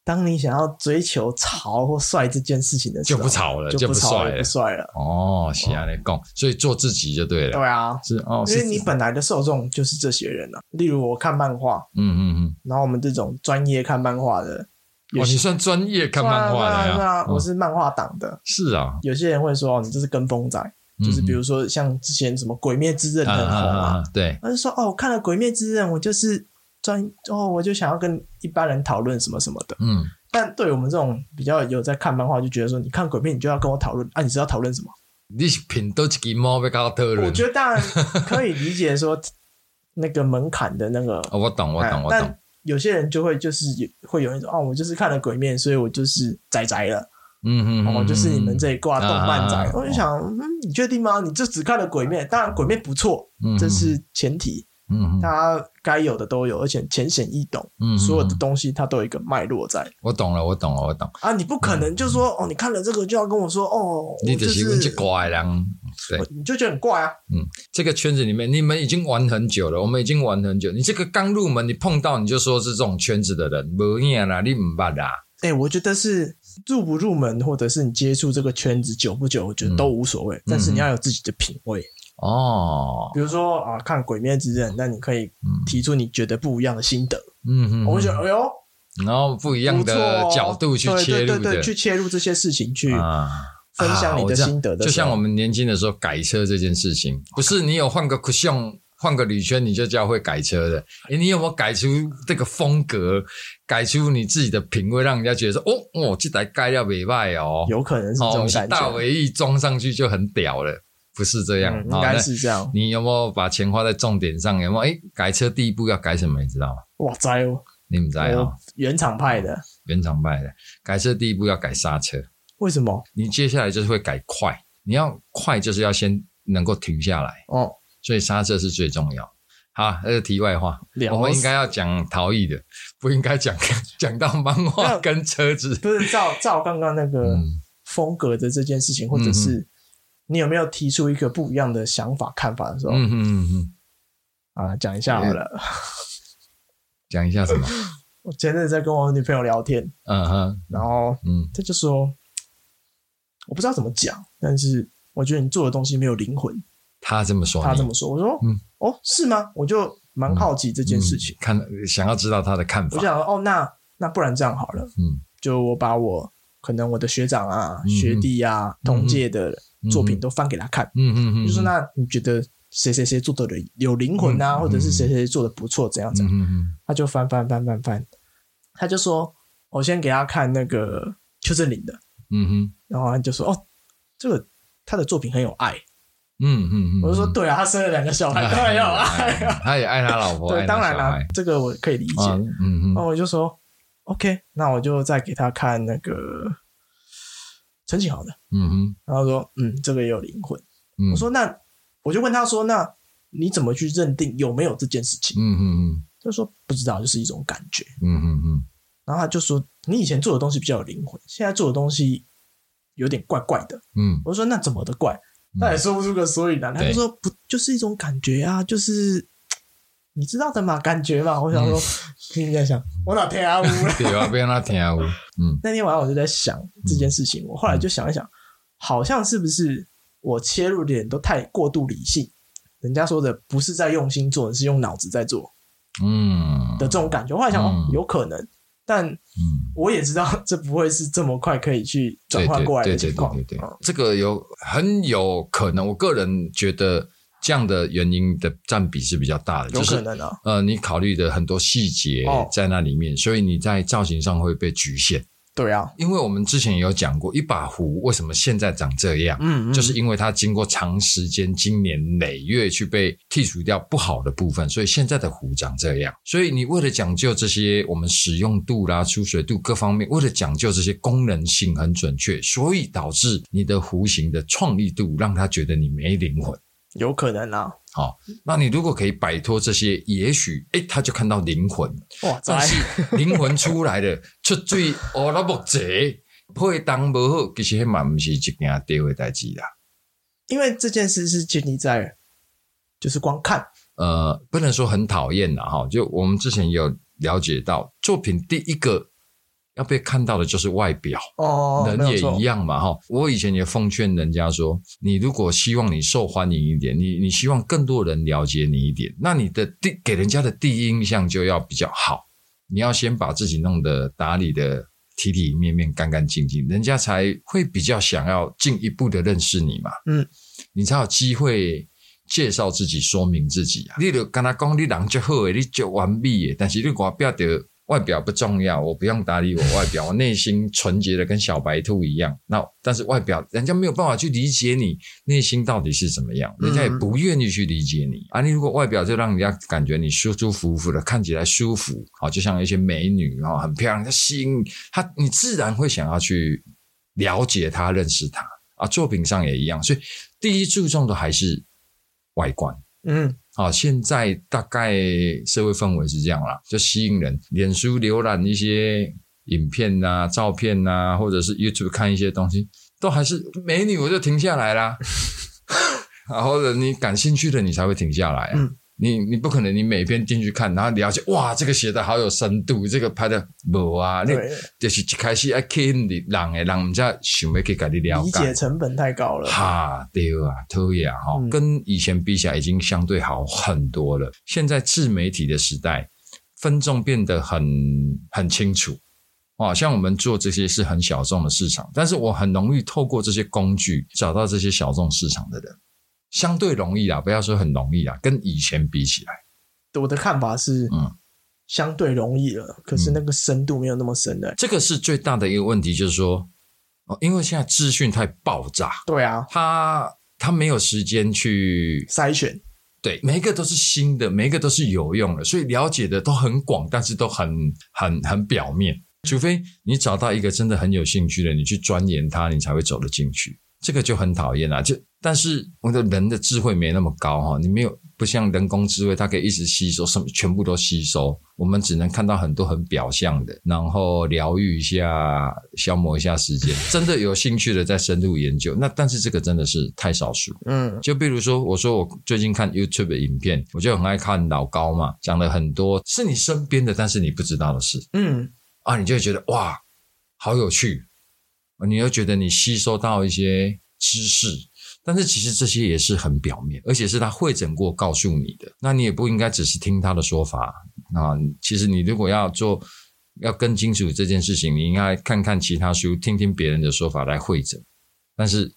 Speaker 1: 当你想要追求潮或帅这件事情的时
Speaker 2: 就
Speaker 1: 候，
Speaker 2: 不潮了，
Speaker 1: 就
Speaker 2: 不
Speaker 1: 潮
Speaker 2: 帅
Speaker 1: 也
Speaker 2: 了
Speaker 1: 不。帅了。
Speaker 2: 哦，喜安的供，所以做自己就对
Speaker 1: 对
Speaker 2: 了。
Speaker 1: 啊，
Speaker 2: 是哦，
Speaker 1: 因
Speaker 2: 是
Speaker 1: 为你本来的受众就是这些人啊。例如我看漫画，
Speaker 2: 嗯嗯嗯，
Speaker 1: 然后我们这种专业看漫画的，有
Speaker 2: 哦，
Speaker 1: 些
Speaker 2: 你算专业看漫画的
Speaker 1: 对啊对
Speaker 2: 呀
Speaker 1: 啊，？我
Speaker 2: 哦
Speaker 1: 是漫画党的。
Speaker 2: 是啊，
Speaker 1: 有些人会说，哦你这是跟风仔，就是比如说像之前什么《鬼灭之刃》
Speaker 2: 嗯
Speaker 1: 很
Speaker 2: 嗯
Speaker 1: 红
Speaker 2: 嗯
Speaker 1: 啊
Speaker 2: 嗯，，对，
Speaker 1: 他就说哦，我看了《鬼灭之刃》，我就是专哦，我就想要跟一般人讨论什么什么的。
Speaker 2: 嗯，
Speaker 1: 但对我们这种比较有在看漫画，就觉得说你看鬼片，你就要跟我讨论啊，你是要讨论什么？
Speaker 2: 你是品都一只猫被搞讨
Speaker 1: 我
Speaker 2: 论。
Speaker 1: 觉得当然可以理解说那个 (laughs) 门槛的那个，
Speaker 2: 哦，我懂，我
Speaker 1: 哎
Speaker 2: 懂，我懂
Speaker 1: 但。有些人就会就是有会有一种哦，我就是看了鬼面，所以我就是宅宅了，
Speaker 2: 嗯嗯，
Speaker 1: 哦，
Speaker 2: 嗯
Speaker 1: 就是你们，这一挂动漫宅
Speaker 2: 啊啊啊。
Speaker 1: 我就想，嗯，你确定吗？你就只看了鬼面，当然鬼面不错，
Speaker 2: 嗯
Speaker 1: 这是前提，
Speaker 2: 嗯嗯嗯
Speaker 1: 大家该有的都有，而且浅显易懂。
Speaker 2: 嗯，
Speaker 1: 所有的
Speaker 2: 嗯
Speaker 1: 东西它都有一个脉络在
Speaker 2: 我懂了，我懂了，我懂。
Speaker 1: 啊，你不可能就说哦，你看了这个就要跟我说哦，
Speaker 2: 你
Speaker 1: 我就
Speaker 2: 只是问这怪人，对
Speaker 1: 我。你就觉得很怪啊，
Speaker 2: 这个圈子里面，你们已经玩很久了，我们已经玩很久。你这个刚入门，你碰到你就说是这种圈子的人，没影啦，你唔捌啊啦。
Speaker 1: 哎、我觉得是入不入门，或者是你接触这个圈子久不久，我觉得都无所谓，但是你要有自己的品味。
Speaker 2: 哦，
Speaker 1: 嗯比如说啊，看《鬼灭之刃》，那你可以提出你觉得不一样的心得。
Speaker 2: 嗯哼，
Speaker 1: 我会觉得，哎呦，
Speaker 2: 然后不一样
Speaker 1: 不错
Speaker 2: 的
Speaker 1: 哦，
Speaker 2: 角度去切入
Speaker 1: 对对对
Speaker 2: 的
Speaker 1: 对，去切入这些事情，去
Speaker 2: 啊，
Speaker 1: 分享
Speaker 2: 啊
Speaker 1: 你
Speaker 2: 我
Speaker 1: 的
Speaker 2: 知道
Speaker 1: 心得的时候
Speaker 2: 就像我们年轻的时候改车这件事情，不是你有换个 cushion。换个铝圈你就叫会改车的，诶，你有没有改出这个风格，改出你自己的品味，让人家觉得说，哦，哦，这台改料美外哦，
Speaker 1: 有可能是这
Speaker 2: 哦，我
Speaker 1: 种
Speaker 2: 们是
Speaker 1: 感
Speaker 2: 大
Speaker 1: 觉。
Speaker 2: 尾翼装上去就很屌了。不是这样，
Speaker 1: 嗯
Speaker 2: 啊
Speaker 1: 应该是这样
Speaker 2: 那。你有没有把钱花在重点上？有没有？哎，改车第一步要改什么？你知道吗？
Speaker 1: 哇塞哦，
Speaker 2: 你们知道哦
Speaker 1: 我，原厂派的，
Speaker 2: 原厂派的改车第一步要改刹车，
Speaker 1: 为什么？
Speaker 2: 你接下来就是会改快。你要快，就是要先能够停下来，
Speaker 1: 哦，
Speaker 2: 所以刹车是最重要。好，这是题外话，
Speaker 1: 了
Speaker 2: 我们
Speaker 1: 死
Speaker 2: 应该要讲逃逸的，不应该讲 (laughs) 讲到漫画跟车子。
Speaker 1: 不是照照刚刚那个
Speaker 2: 嗯
Speaker 1: 风格的这件事情，或者是你有没有提出一个不一样的想法、看法的时候
Speaker 2: 嗯嗯嗯嗯，
Speaker 1: 啊，讲一下好了。
Speaker 2: 讲一下什么？
Speaker 1: 我前阵子在跟我女朋友聊天，
Speaker 2: 嗯哼，
Speaker 1: 然后
Speaker 2: 嗯
Speaker 1: 她就说，我不知道怎么讲，但是我觉得你做的东西没有灵魂。
Speaker 2: 他这么说你，
Speaker 1: 她这么说，我说，
Speaker 2: 嗯
Speaker 1: 哦，是吗？我就蛮好奇这件事情，
Speaker 2: 嗯看想要知道他的看
Speaker 1: 我
Speaker 2: 法
Speaker 1: 就。想，哦，那那不然这样好了，
Speaker 2: 嗯，
Speaker 1: 就我把我可能我的学长啊、
Speaker 2: 嗯
Speaker 1: 学弟啊、同届的作品都翻给他看。
Speaker 2: 嗯嗯嗯，
Speaker 1: 就说那你觉得谁谁谁做的有灵魂啊，
Speaker 2: 嗯
Speaker 1: 或者是谁谁谁做的不错，怎样怎
Speaker 2: 嗯
Speaker 1: 样？
Speaker 2: 嗯
Speaker 1: 他就翻翻翻翻翻，他就说，我先给他看那个邱振林的，
Speaker 2: 嗯嗯
Speaker 1: 然后他就说，哦，这个他的作品很有爱。
Speaker 2: 嗯嗯嗯，
Speaker 1: 我
Speaker 2: 哎
Speaker 1: 就说，对啊，他生了两个小孩，当然要有爱啊。
Speaker 2: 他也爱他老婆，
Speaker 1: 对，当然啦、
Speaker 2: 啦，
Speaker 1: 这个我可以理解。
Speaker 2: 啊，嗯
Speaker 1: 然
Speaker 2: 嗯
Speaker 1: 后我就说，OK，那我就再给他看那个陈景豪的。
Speaker 2: 嗯嗯，
Speaker 1: 然后他说，嗯，这个也有灵魂。我说那我就问他说，那你怎么去认定有没有这件事情？
Speaker 2: 嗯嗯嗯
Speaker 1: 他就说不知道，就是一种感觉。
Speaker 2: 嗯嗯嗯
Speaker 1: 然后他就说你以前做的东西比较有灵魂，现在做的东西有点怪怪的。
Speaker 2: 嗯
Speaker 1: 我就说那怎么的怪？他也说不出个所以然。他就说不就是一种感觉啊，就是嘖你知道的嘛，感觉嘛。我想说，心里在想我哪天啊？我
Speaker 2: 嗯，对啊，不要让他听啊，嗯
Speaker 1: 那天晚上我就在想这件事情，我后来就想一想，好像是不是我切入点都太过度理性？人家说的不是在用心做，是用脑子在做
Speaker 2: 嗯
Speaker 1: 的这种感觉。我后来想，哦
Speaker 2: 嗯，
Speaker 1: 有可能，但
Speaker 2: 嗯。
Speaker 1: 我也知道 (laughs) 这不会是这么快可以去转换过来的
Speaker 2: 对对
Speaker 1: 情
Speaker 2: 对
Speaker 1: 况
Speaker 2: 对。对对
Speaker 1: 嗯，
Speaker 2: 这个有很有可能，我个人觉得这样的原因的占比是比较大的，
Speaker 1: 有
Speaker 2: 就
Speaker 1: 可
Speaker 2: 是
Speaker 1: 能啊，
Speaker 2: 呃，你考虑的很多细节
Speaker 1: 哦
Speaker 2: 在那里面，所以你在造型上会被局限。
Speaker 1: 对啊，
Speaker 2: 因为我们之前也有讲过，一把壶为什么现在长这样，
Speaker 1: 嗯，嗯
Speaker 2: 就是因为它经过长时间、经年累月去被剔除掉不好的部分，所以现在的壶长这样。所以你为了讲究这些我们使用度啦、出水度各方面，为了讲究这些功能性很准确，所以导致你的弧形的创意度让他觉得你没灵魂。
Speaker 1: 有可能啊，
Speaker 2: 好、那你如果可以摆脱这些，也许诶，他就看到灵魂了。
Speaker 1: 哇，
Speaker 2: 但
Speaker 1: 塞
Speaker 2: 是灵魂出来的出最哦，那木贼配当不好，其实那嘛不是一件对的代志啦。
Speaker 1: 因为这件事是建立在就是光看，
Speaker 2: 呃，不能说很讨厌了哈。就我们之前有了解到，作品第一个要被看到的就是外表，
Speaker 1: 哦，没
Speaker 2: 人
Speaker 1: 有
Speaker 2: 也
Speaker 1: 错
Speaker 2: 一，样嘛哈。我以前也奉劝人家说，你如果希望你受欢迎一点，你你希望更多人了解你一点，那你的第给人家的第一印象就要比较好。你要先把自己弄得打理的体体面面、干干净净，人家才会比较想要进一步的认识你嘛。
Speaker 1: 嗯，
Speaker 2: 你才有机会介绍自己、说明自己啊。你就跟他讲，你人就好诶，你就完美诶，但是你外表的外表不重要，我不用打理我外表，我内心纯洁的跟小白兔一样。那但是外表，人家没有办法去理解你内心到底是怎么样，
Speaker 1: 嗯
Speaker 2: 人家也不愿意去理解你、啊。你如果外表就让人家感觉你舒舒服服的，看起来舒服，好，就像一些美女啊、哦，很漂亮，她吸引她，你自然会想要去了解她、认识她。啊，作品上也一样，所以第一注重的还是外观。
Speaker 1: 嗯，
Speaker 2: 啊，现在大概社会氛围是这样啦，就吸引人，脸书浏览一些影片啊、照片啊，或者是 YouTube 看一些东西，都还是美女我就停下来啦。 (laughs) 啊，或者你感兴趣的你才会停下来啊。
Speaker 1: 嗯
Speaker 2: 你你不可能你每篇进去看，然后了解哇，这个写的好有深度，这个拍的无啊，你
Speaker 1: 对，
Speaker 2: 就是一开始要吸引你人诶，人唔才想要去跟你了
Speaker 1: 理
Speaker 2: 解。
Speaker 1: 解成本太高了，
Speaker 2: 哈，对啊，对啊，哈、
Speaker 1: 嗯
Speaker 2: 跟以前比起来已经相对好很多了。现在自媒体的时代，分众变得很很清楚。哦，像我们做这些是很小众的市场，但是我很容易透过这些工具找到这些小众市场的人，相对容易啦，不要说很容易啦，跟以前比起来，
Speaker 1: 我的看法是，
Speaker 2: 嗯
Speaker 1: 相对容易了，可是那个深度没有那么深的、
Speaker 2: 这个是最大的一个问题，就是说，哦，因为现在资讯太爆炸，
Speaker 1: 对啊，
Speaker 2: 它他没有时间去
Speaker 1: 筛选，
Speaker 2: 对，每一个都是新的，每一个都是有用的，所以了解的都很广，但是都很很很表面。除非你找到一个真的很有兴趣的，你去钻研它，你才会走得进去。这个就很讨厌啦、啊就但是我的人的智慧没那么高哈、你没有不像人工智慧，它可以一直吸收什么，全部都吸收。我们只能看到很多很表象的，然后疗愈一下，消磨一下时间。真的有兴趣的再深入研究，那但是这个真的是太少数。
Speaker 1: 嗯
Speaker 2: 就比如说，我说我最近看 YouTube 的影片，我就很爱看老高嘛，讲了很多是你身边的，但是你不知道的事
Speaker 1: 嗯，
Speaker 2: 啊，你就会觉得哇，好有趣，你又觉得你吸收到一些知识，但是其实这些也是很表面，而且是他会诊过告诉你的，那你也不应该只是听他的说法啊。其实你如果要做。要更清楚这件事情，你应该看看其他书，听听别人的说法来会诊。但是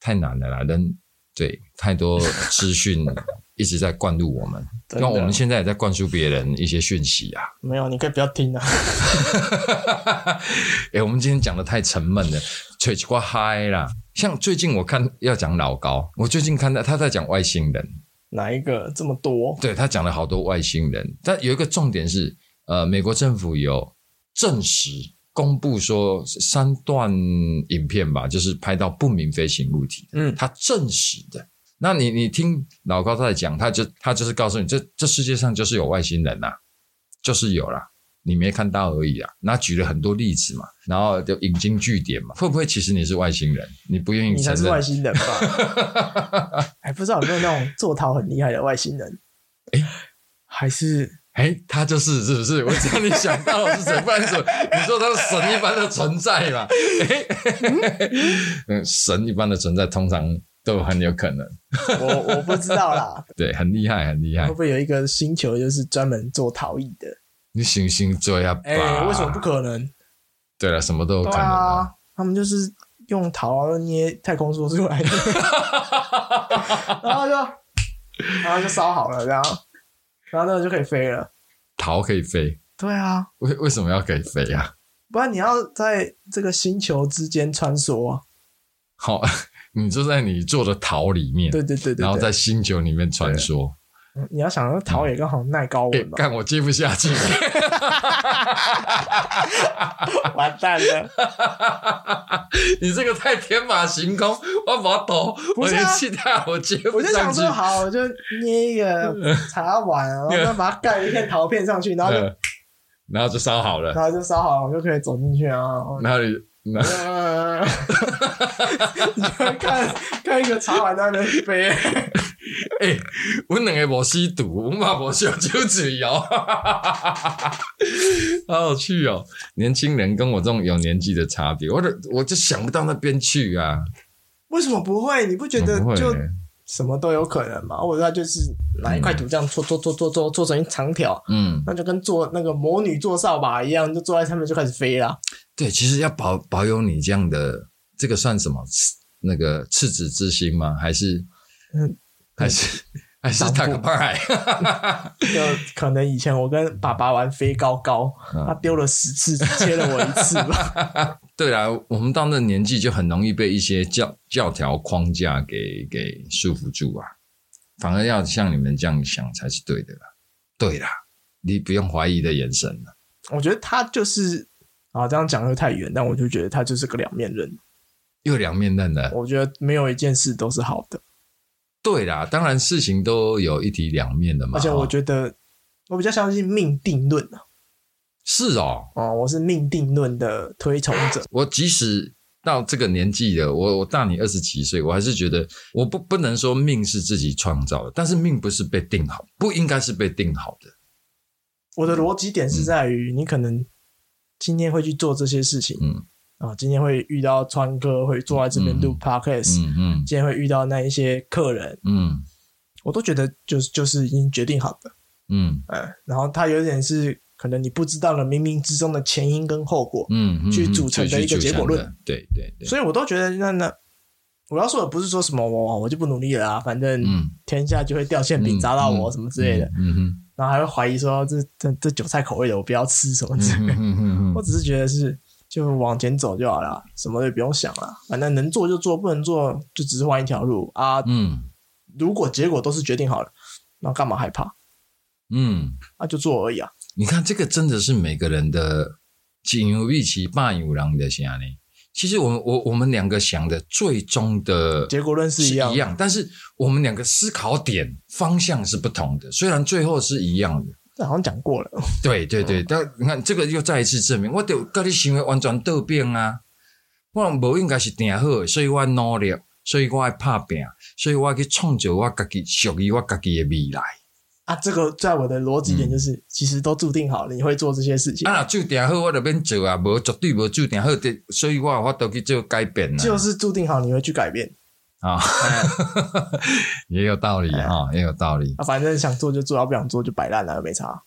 Speaker 2: 太难了啦，人对太多资讯 (laughs) 一直在灌入我们，
Speaker 1: 真
Speaker 2: 那
Speaker 1: 的
Speaker 2: 我们现在也在灌输别人一些讯息啊。
Speaker 1: 没有，你可以不要听啊。 (laughs)
Speaker 2: (laughs) 哎、我们今天讲的太沉闷了，吹起瓜嗨啦。像最近我看要讲老高，我最近看到他在讲外星人，
Speaker 1: 哪一个这么多？
Speaker 2: 对他讲了好多外星人，但有一个重点是，呃，美国政府有证实公布说三段影片吧，就是拍到不明飞行物体，
Speaker 1: 嗯
Speaker 2: 他证实的。那你你听老高在讲，他就他就是告诉你，这这世界上就是有外星人啦、啊就是有啦，你没看到而已啊。那举了很多例子嘛，然后就引经据典嘛，会不会其实你是外星人，你不愿意
Speaker 1: 你才
Speaker 2: 承
Speaker 1: 是
Speaker 2: 认啊
Speaker 1: 外？星人吧？
Speaker 2: (laughs)
Speaker 1: 还不知道有没有那种做陶很厉害的外星人？哎，还是
Speaker 2: 哎，他就是是不是？我知道你想到的是谁，不然怎么你说他是神一般的存在嘛？哎，嗯， (laughs) 神一般的存在通常都很有可能，
Speaker 1: 我我不知道
Speaker 2: (laughs)
Speaker 1: 啦，
Speaker 2: 对，很厉害，很厉害
Speaker 1: 会不。会有一个星球就是专门做陶艺的？
Speaker 2: 你行星追啊吧？
Speaker 1: 哎、为什么不？可能？
Speaker 2: 对了，什么都有可
Speaker 1: 对
Speaker 2: 能啊。
Speaker 1: 啊，他们就是用陶捏太空梭出
Speaker 2: (laughs)
Speaker 1: 来的，然后就然后就烧好了，然后然后那个就可以飞了。
Speaker 2: 桃可以飞，
Speaker 1: 对啊，
Speaker 2: 为为什么要可以飞啊？
Speaker 1: 不然你要在这个星球之间穿梭啊。
Speaker 2: 好，你就在你做的桃里面，
Speaker 1: 对对对对对，
Speaker 2: 然后在星球里面穿梭。
Speaker 1: 你要想到陶冶刚好耐高
Speaker 2: 哎
Speaker 1: 温，吧，
Speaker 2: 看我接不下去。
Speaker 1: 完蛋了。
Speaker 2: (laughs) 你这个太天马行空，我把抖，
Speaker 1: 不
Speaker 2: 我
Speaker 1: 是啊
Speaker 2: 连气态我接不
Speaker 1: (laughs) 我就
Speaker 2: 上
Speaker 1: 想
Speaker 2: 去
Speaker 1: 说，。好，我就捏一个茶碗，然后再把它盖一片陶片上去，然后就
Speaker 2: 嗯然后就烧好了，
Speaker 1: 然后就烧好了，我就可以走进去啊。
Speaker 2: 然后你然后 (laughs)
Speaker 1: 呃 (laughs) 你就看看一个茶碗在那边飞，
Speaker 2: 哎，我两个无吸毒，我嘛无烧酒嘴哦， (laughs) 好有趣哦！年轻人跟我这种有年纪的差别，我的我就想不到那边去啊，
Speaker 1: 为什么不会？你不觉得
Speaker 2: 我不会
Speaker 1: 就什么都有可能吗？或者他就是拿一块土这样搓搓搓搓搓搓成一长条，
Speaker 2: 嗯，
Speaker 1: 那就跟做那个魔女做扫把一样，就坐在上面就开始飞啦。
Speaker 2: 对，其实要保保有你这样的，这个算什么？赤那个赤子之心吗？还是
Speaker 1: 嗯
Speaker 2: 还是还是
Speaker 1: 长不
Speaker 2: 打个牌？
Speaker 1: 就可能以前我跟爸爸玩飞高高，
Speaker 2: 嗯
Speaker 1: 他丢了十次，切了我一次
Speaker 2: (laughs)
Speaker 1: 吧。
Speaker 2: (laughs) 对啊，我们到那个年纪就很容易被一些教教条框架给给束缚住啊，反而要像你们这样想才是对的啦。对啦，你不用怀疑的眼神了。
Speaker 1: 我觉得他就是啊，这样讲又太远，但我就觉得他就是个两面人。
Speaker 2: 又两面刃了。
Speaker 1: 我觉得没有一件事都是好的。
Speaker 2: 对啦，当然事情都有一体两面的嘛。哦
Speaker 1: 而且我
Speaker 2: 得
Speaker 1: 觉得我比较相信命定论啊
Speaker 2: 是哦，
Speaker 1: 哦，我是命定论的推崇
Speaker 2: (laughs)
Speaker 1: 者。
Speaker 2: 我即使到这个年纪了，我我大你二十几岁，我还是觉得我不不能说命是自己创造的，但是命不是被定好，不应该是被定好的。
Speaker 1: 我的逻辑点
Speaker 2: 嗯
Speaker 1: 是在于，你可能今天会去做这些事情，
Speaker 2: 嗯
Speaker 1: 啊，今天会遇到川哥，会坐在这边录
Speaker 2: 嗯
Speaker 1: podcast，、
Speaker 2: 嗯嗯
Speaker 1: 今天会遇到那一些客人，
Speaker 2: 嗯
Speaker 1: 我都觉得就是就是已经决定好的，
Speaker 2: 嗯
Speaker 1: 嗯，然后它有点是可能你不知道的冥冥之中的前因跟后果，
Speaker 2: 嗯嗯，
Speaker 1: 去组成的一个结果论
Speaker 2: 去组成的。对对对，
Speaker 1: 所以我都觉得那那我要说的不是说什么我我就不努力了啊，反正
Speaker 2: 嗯，
Speaker 1: 天下就会掉馅饼砸到我
Speaker 2: 嗯
Speaker 1: 什么之类的，
Speaker 2: 嗯哼
Speaker 1: 然后还会怀疑说这这这韭菜口味的我不要吃什么之类
Speaker 2: 嗯
Speaker 1: 的。
Speaker 2: 哼嗯哼嗯
Speaker 1: 我
Speaker 2: 哼，
Speaker 1: 只是觉得是就往前走就好了，什么也不用想了，反正能做就做，不能做就只是换一条路啊。
Speaker 2: 嗯
Speaker 1: 如果结果都是决定好了，那干嘛害怕？
Speaker 2: 嗯，
Speaker 1: 啊，就做而已啊。
Speaker 2: 你看这个真的是每个人的锦有必其霸有狼的想呢。其实我们我我们两个想的最终的
Speaker 1: 结果论是
Speaker 2: 是
Speaker 1: 一样的
Speaker 2: 一样，但是我们两个思考点方向是不同的，虽然最后是一样的。
Speaker 1: 这好像讲过了，
Speaker 2: 对对
Speaker 1: 嗯
Speaker 2: 对，但你看这个又再一次证明，我对跟你行为完全对变啊！我无应该是定好的，所以我努力，所以我爱拍拼，所以我要去创造我家己属于我家己的未来。
Speaker 1: 啊，这个在我的逻辑点就是，其实都注定好了，你会做这些事情，
Speaker 2: 嗯啊，若注定好，我就免做啊，无绝对无注定好的，所以我有法度去做改变啊。
Speaker 1: 就是注定好你会去改变
Speaker 2: 啊， (laughs) 也有道理啊，也有道理。
Speaker 1: (laughs) 啊，反正想做就做，要不想做就摆烂了，没差。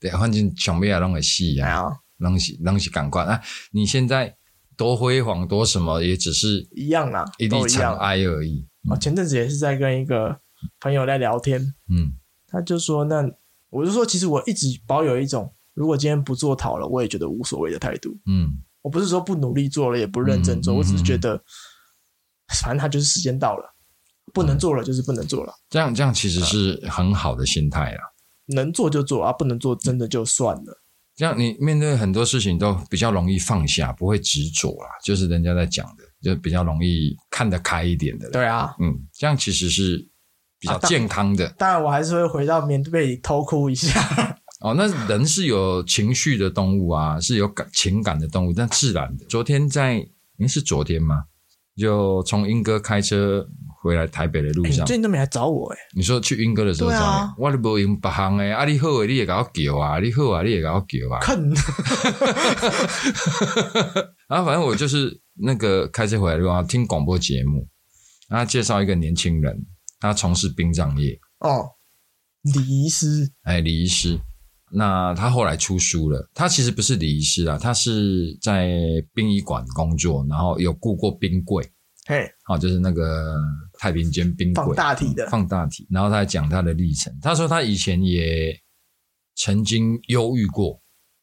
Speaker 2: 对，反正想要拢会死
Speaker 1: 哎
Speaker 2: 啊。
Speaker 1: 呀，
Speaker 2: 拢是拢是感官啊！你现在多辉煌多什么，也只是
Speaker 1: 一样啦，
Speaker 2: 一
Speaker 1: 都
Speaker 2: 粒
Speaker 1: 一
Speaker 2: 尘
Speaker 1: 样。
Speaker 2: 埃而已。
Speaker 1: 啊，前阵子也是在跟一个朋友在聊天，
Speaker 2: 嗯
Speaker 1: 他就说那我就说，其实我一直保有一种，如果今天不做讨了，我也觉得无所谓的态度。
Speaker 2: 嗯
Speaker 1: 我不是说不努力做了，也不认真做，
Speaker 2: 嗯嗯
Speaker 1: 我只是觉得，反正他就是时间到了，不
Speaker 2: 嗯
Speaker 1: 能做了就是不能做了，
Speaker 2: 这样这样其实是很好的心态啦。
Speaker 1: 能做就做啊，不能做真的就算了。
Speaker 2: 这样你面对很多事情都比较容易放下，不会执着啦。就是人家在讲的，就比较容易看得开一点的。，
Speaker 1: 对啊，
Speaker 2: 嗯，这样其实是比较
Speaker 1: 啊当
Speaker 2: 健康的。
Speaker 1: 当然我还是会回到棉被里偷哭一
Speaker 2: (laughs)
Speaker 1: 下。哎
Speaker 2: 哦，那人是有情绪的动物啊，是有感情感的动物，但自然的。昨天在，您是昨天吗？就从英哥开车回来台北的路
Speaker 1: 欸你
Speaker 2: 上，
Speaker 1: 最近都没来找我哎、
Speaker 2: 你说去英哥的时候
Speaker 1: 对
Speaker 2: 找你，
Speaker 1: 啊
Speaker 2: 我都无用别行诶，啊你好诶，你也搞叫啊，你好啊，你也搞叫啊。
Speaker 1: 坑
Speaker 2: 然后啊反正我就是那个开车回来的路上听广播节目，然后他介绍一个年轻人，他从事殡葬业，
Speaker 1: 哦，李医师
Speaker 2: 哎，李医师。那他后来出书了，他其实不是李医师啦，他是在殡仪馆工作，然后有雇过冰柜，
Speaker 1: 嘿，
Speaker 2: 哦，就是那个太平间冰柜
Speaker 1: 放大体的
Speaker 2: 嗯放大体。然后他还讲他的历程，他说他以前也曾经忧郁过，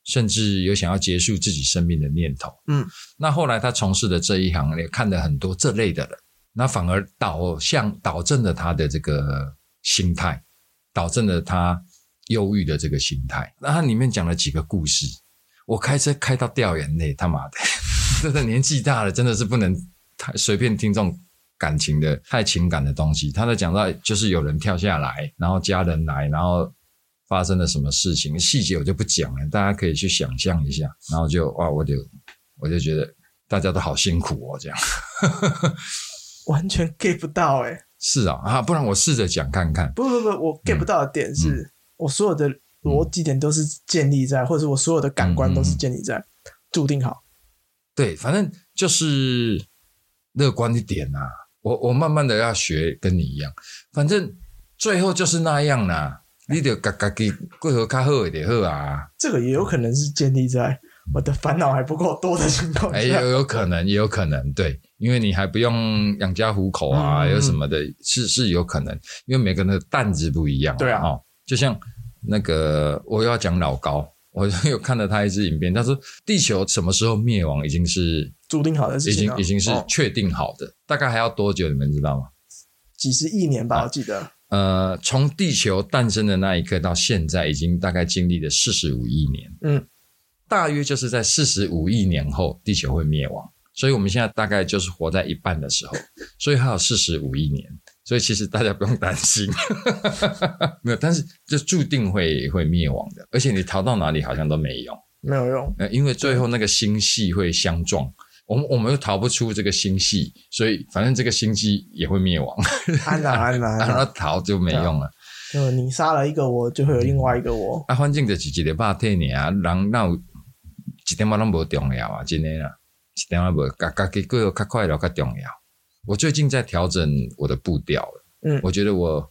Speaker 2: 甚至有想要结束自己生命的念头。
Speaker 1: 嗯，
Speaker 2: 那后来他从事的这一行也看了很多这类的人，那反而导向导正了他的这个心态，导正了他忧郁的这个心态。那他里面讲了几个故事，我开车开到掉眼泪，他妈的，真的年纪大了，真的是不能太随便听这种感情的、太情感的东西。他在讲到就是有人跳下来，然后家人来，然后发生了什么事情，细节我就不讲了，大家可以去想象一下。然后就哇，我就我就觉得大家都好辛苦哦，这样
Speaker 1: 完全 get 不到哎、
Speaker 2: 是啊啊，不然我试着讲看看。
Speaker 1: 不不不，我 get 不到的点
Speaker 2: 嗯
Speaker 1: 是，我所有的逻辑点都是建立在，或者我所有的感官都是建立在、注定好。
Speaker 2: 对，反正就是乐观一点啦、我我慢慢的要学跟你一样，反正最后就是那样啦、你得嘎嘎给过河较好一点好
Speaker 1: (laughs)
Speaker 2: 啊，
Speaker 1: 这个也有可能是建立在我的烦恼还不够多的情况
Speaker 2: 嗯哎、
Speaker 1: 下。
Speaker 2: 有有可能，也有可能，对，因为你还不用养家糊口啊，
Speaker 1: 嗯
Speaker 2: 有什么的，是是有可能，因为每个人的担子不一样、
Speaker 1: 对啊
Speaker 2: 哦，就像那个我又要讲老高，我就有看到他一支影片，他说地球什么时候灭亡已经是
Speaker 1: 注定好的事
Speaker 2: 已
Speaker 1: 情
Speaker 2: 经
Speaker 1: 啊、
Speaker 2: 已经是
Speaker 1: 哦
Speaker 2: 确定好的，大概还要多久？你们知道吗？
Speaker 1: 几十亿年吧，我记得。
Speaker 2: 呃，从地球诞生的那一刻到现在，已经大概经历了四十五亿年。
Speaker 1: 嗯，
Speaker 2: 大约就是在四十五亿年后，地球会灭亡。所以我们现在大概就是活在一半的时候，所以还有四十五亿年。所以其实大家不用担
Speaker 1: (laughs)
Speaker 2: 心，没有，但是就注定会会灭亡的。而且你逃到哪里好像都没用，
Speaker 1: 没有
Speaker 2: (laughs)
Speaker 1: 用，
Speaker 2: 呃，因为最后那个星系会相撞，我们我们又逃不出这个星系，所以反正这个星系也会灭亡，
Speaker 1: 安啦安啦
Speaker 2: (laughs)
Speaker 1: 安
Speaker 2: 然后
Speaker 1: 啦，
Speaker 2: 逃就没用了。
Speaker 1: 就你杀了一个我，就会有另外一个我。
Speaker 2: 啊，反正就是一个肉体尔，人哪有一点仔拢无重要啊，真诶啦，一点仔无，家家己过得较快乐较重要。我最近在调整我的步调了，
Speaker 1: 嗯
Speaker 2: 我觉得我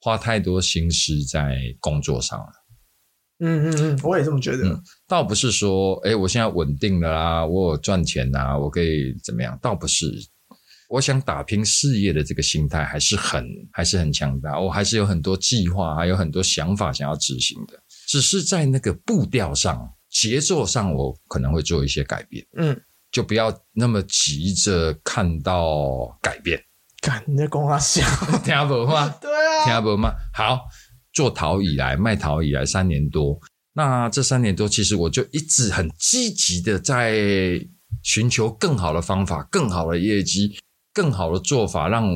Speaker 2: 花太多心思在工作上了，
Speaker 1: 嗯嗯嗯，我也这么觉得。
Speaker 2: 嗯倒不是说，诶、我现在稳定了啦，我有赚钱啦，我可以怎么样，倒不是。我想打拼事业的这个心态还是很还是很强大，哦我还是有很多计划，还有很多想法想要执行的，只是在那个步调上节奏上我可能会做一些改变，
Speaker 1: 嗯，
Speaker 2: 就不要那么急着看到改变， (laughs)
Speaker 1: 干你在公他笑，
Speaker 2: 听不吗？
Speaker 1: 对啊， (laughs)
Speaker 2: 听不吗？好，做陶以来卖陶以来三年多，那这三年多其实我就一直很积极的在寻求更好的方法、更好的业绩、更好的做法，让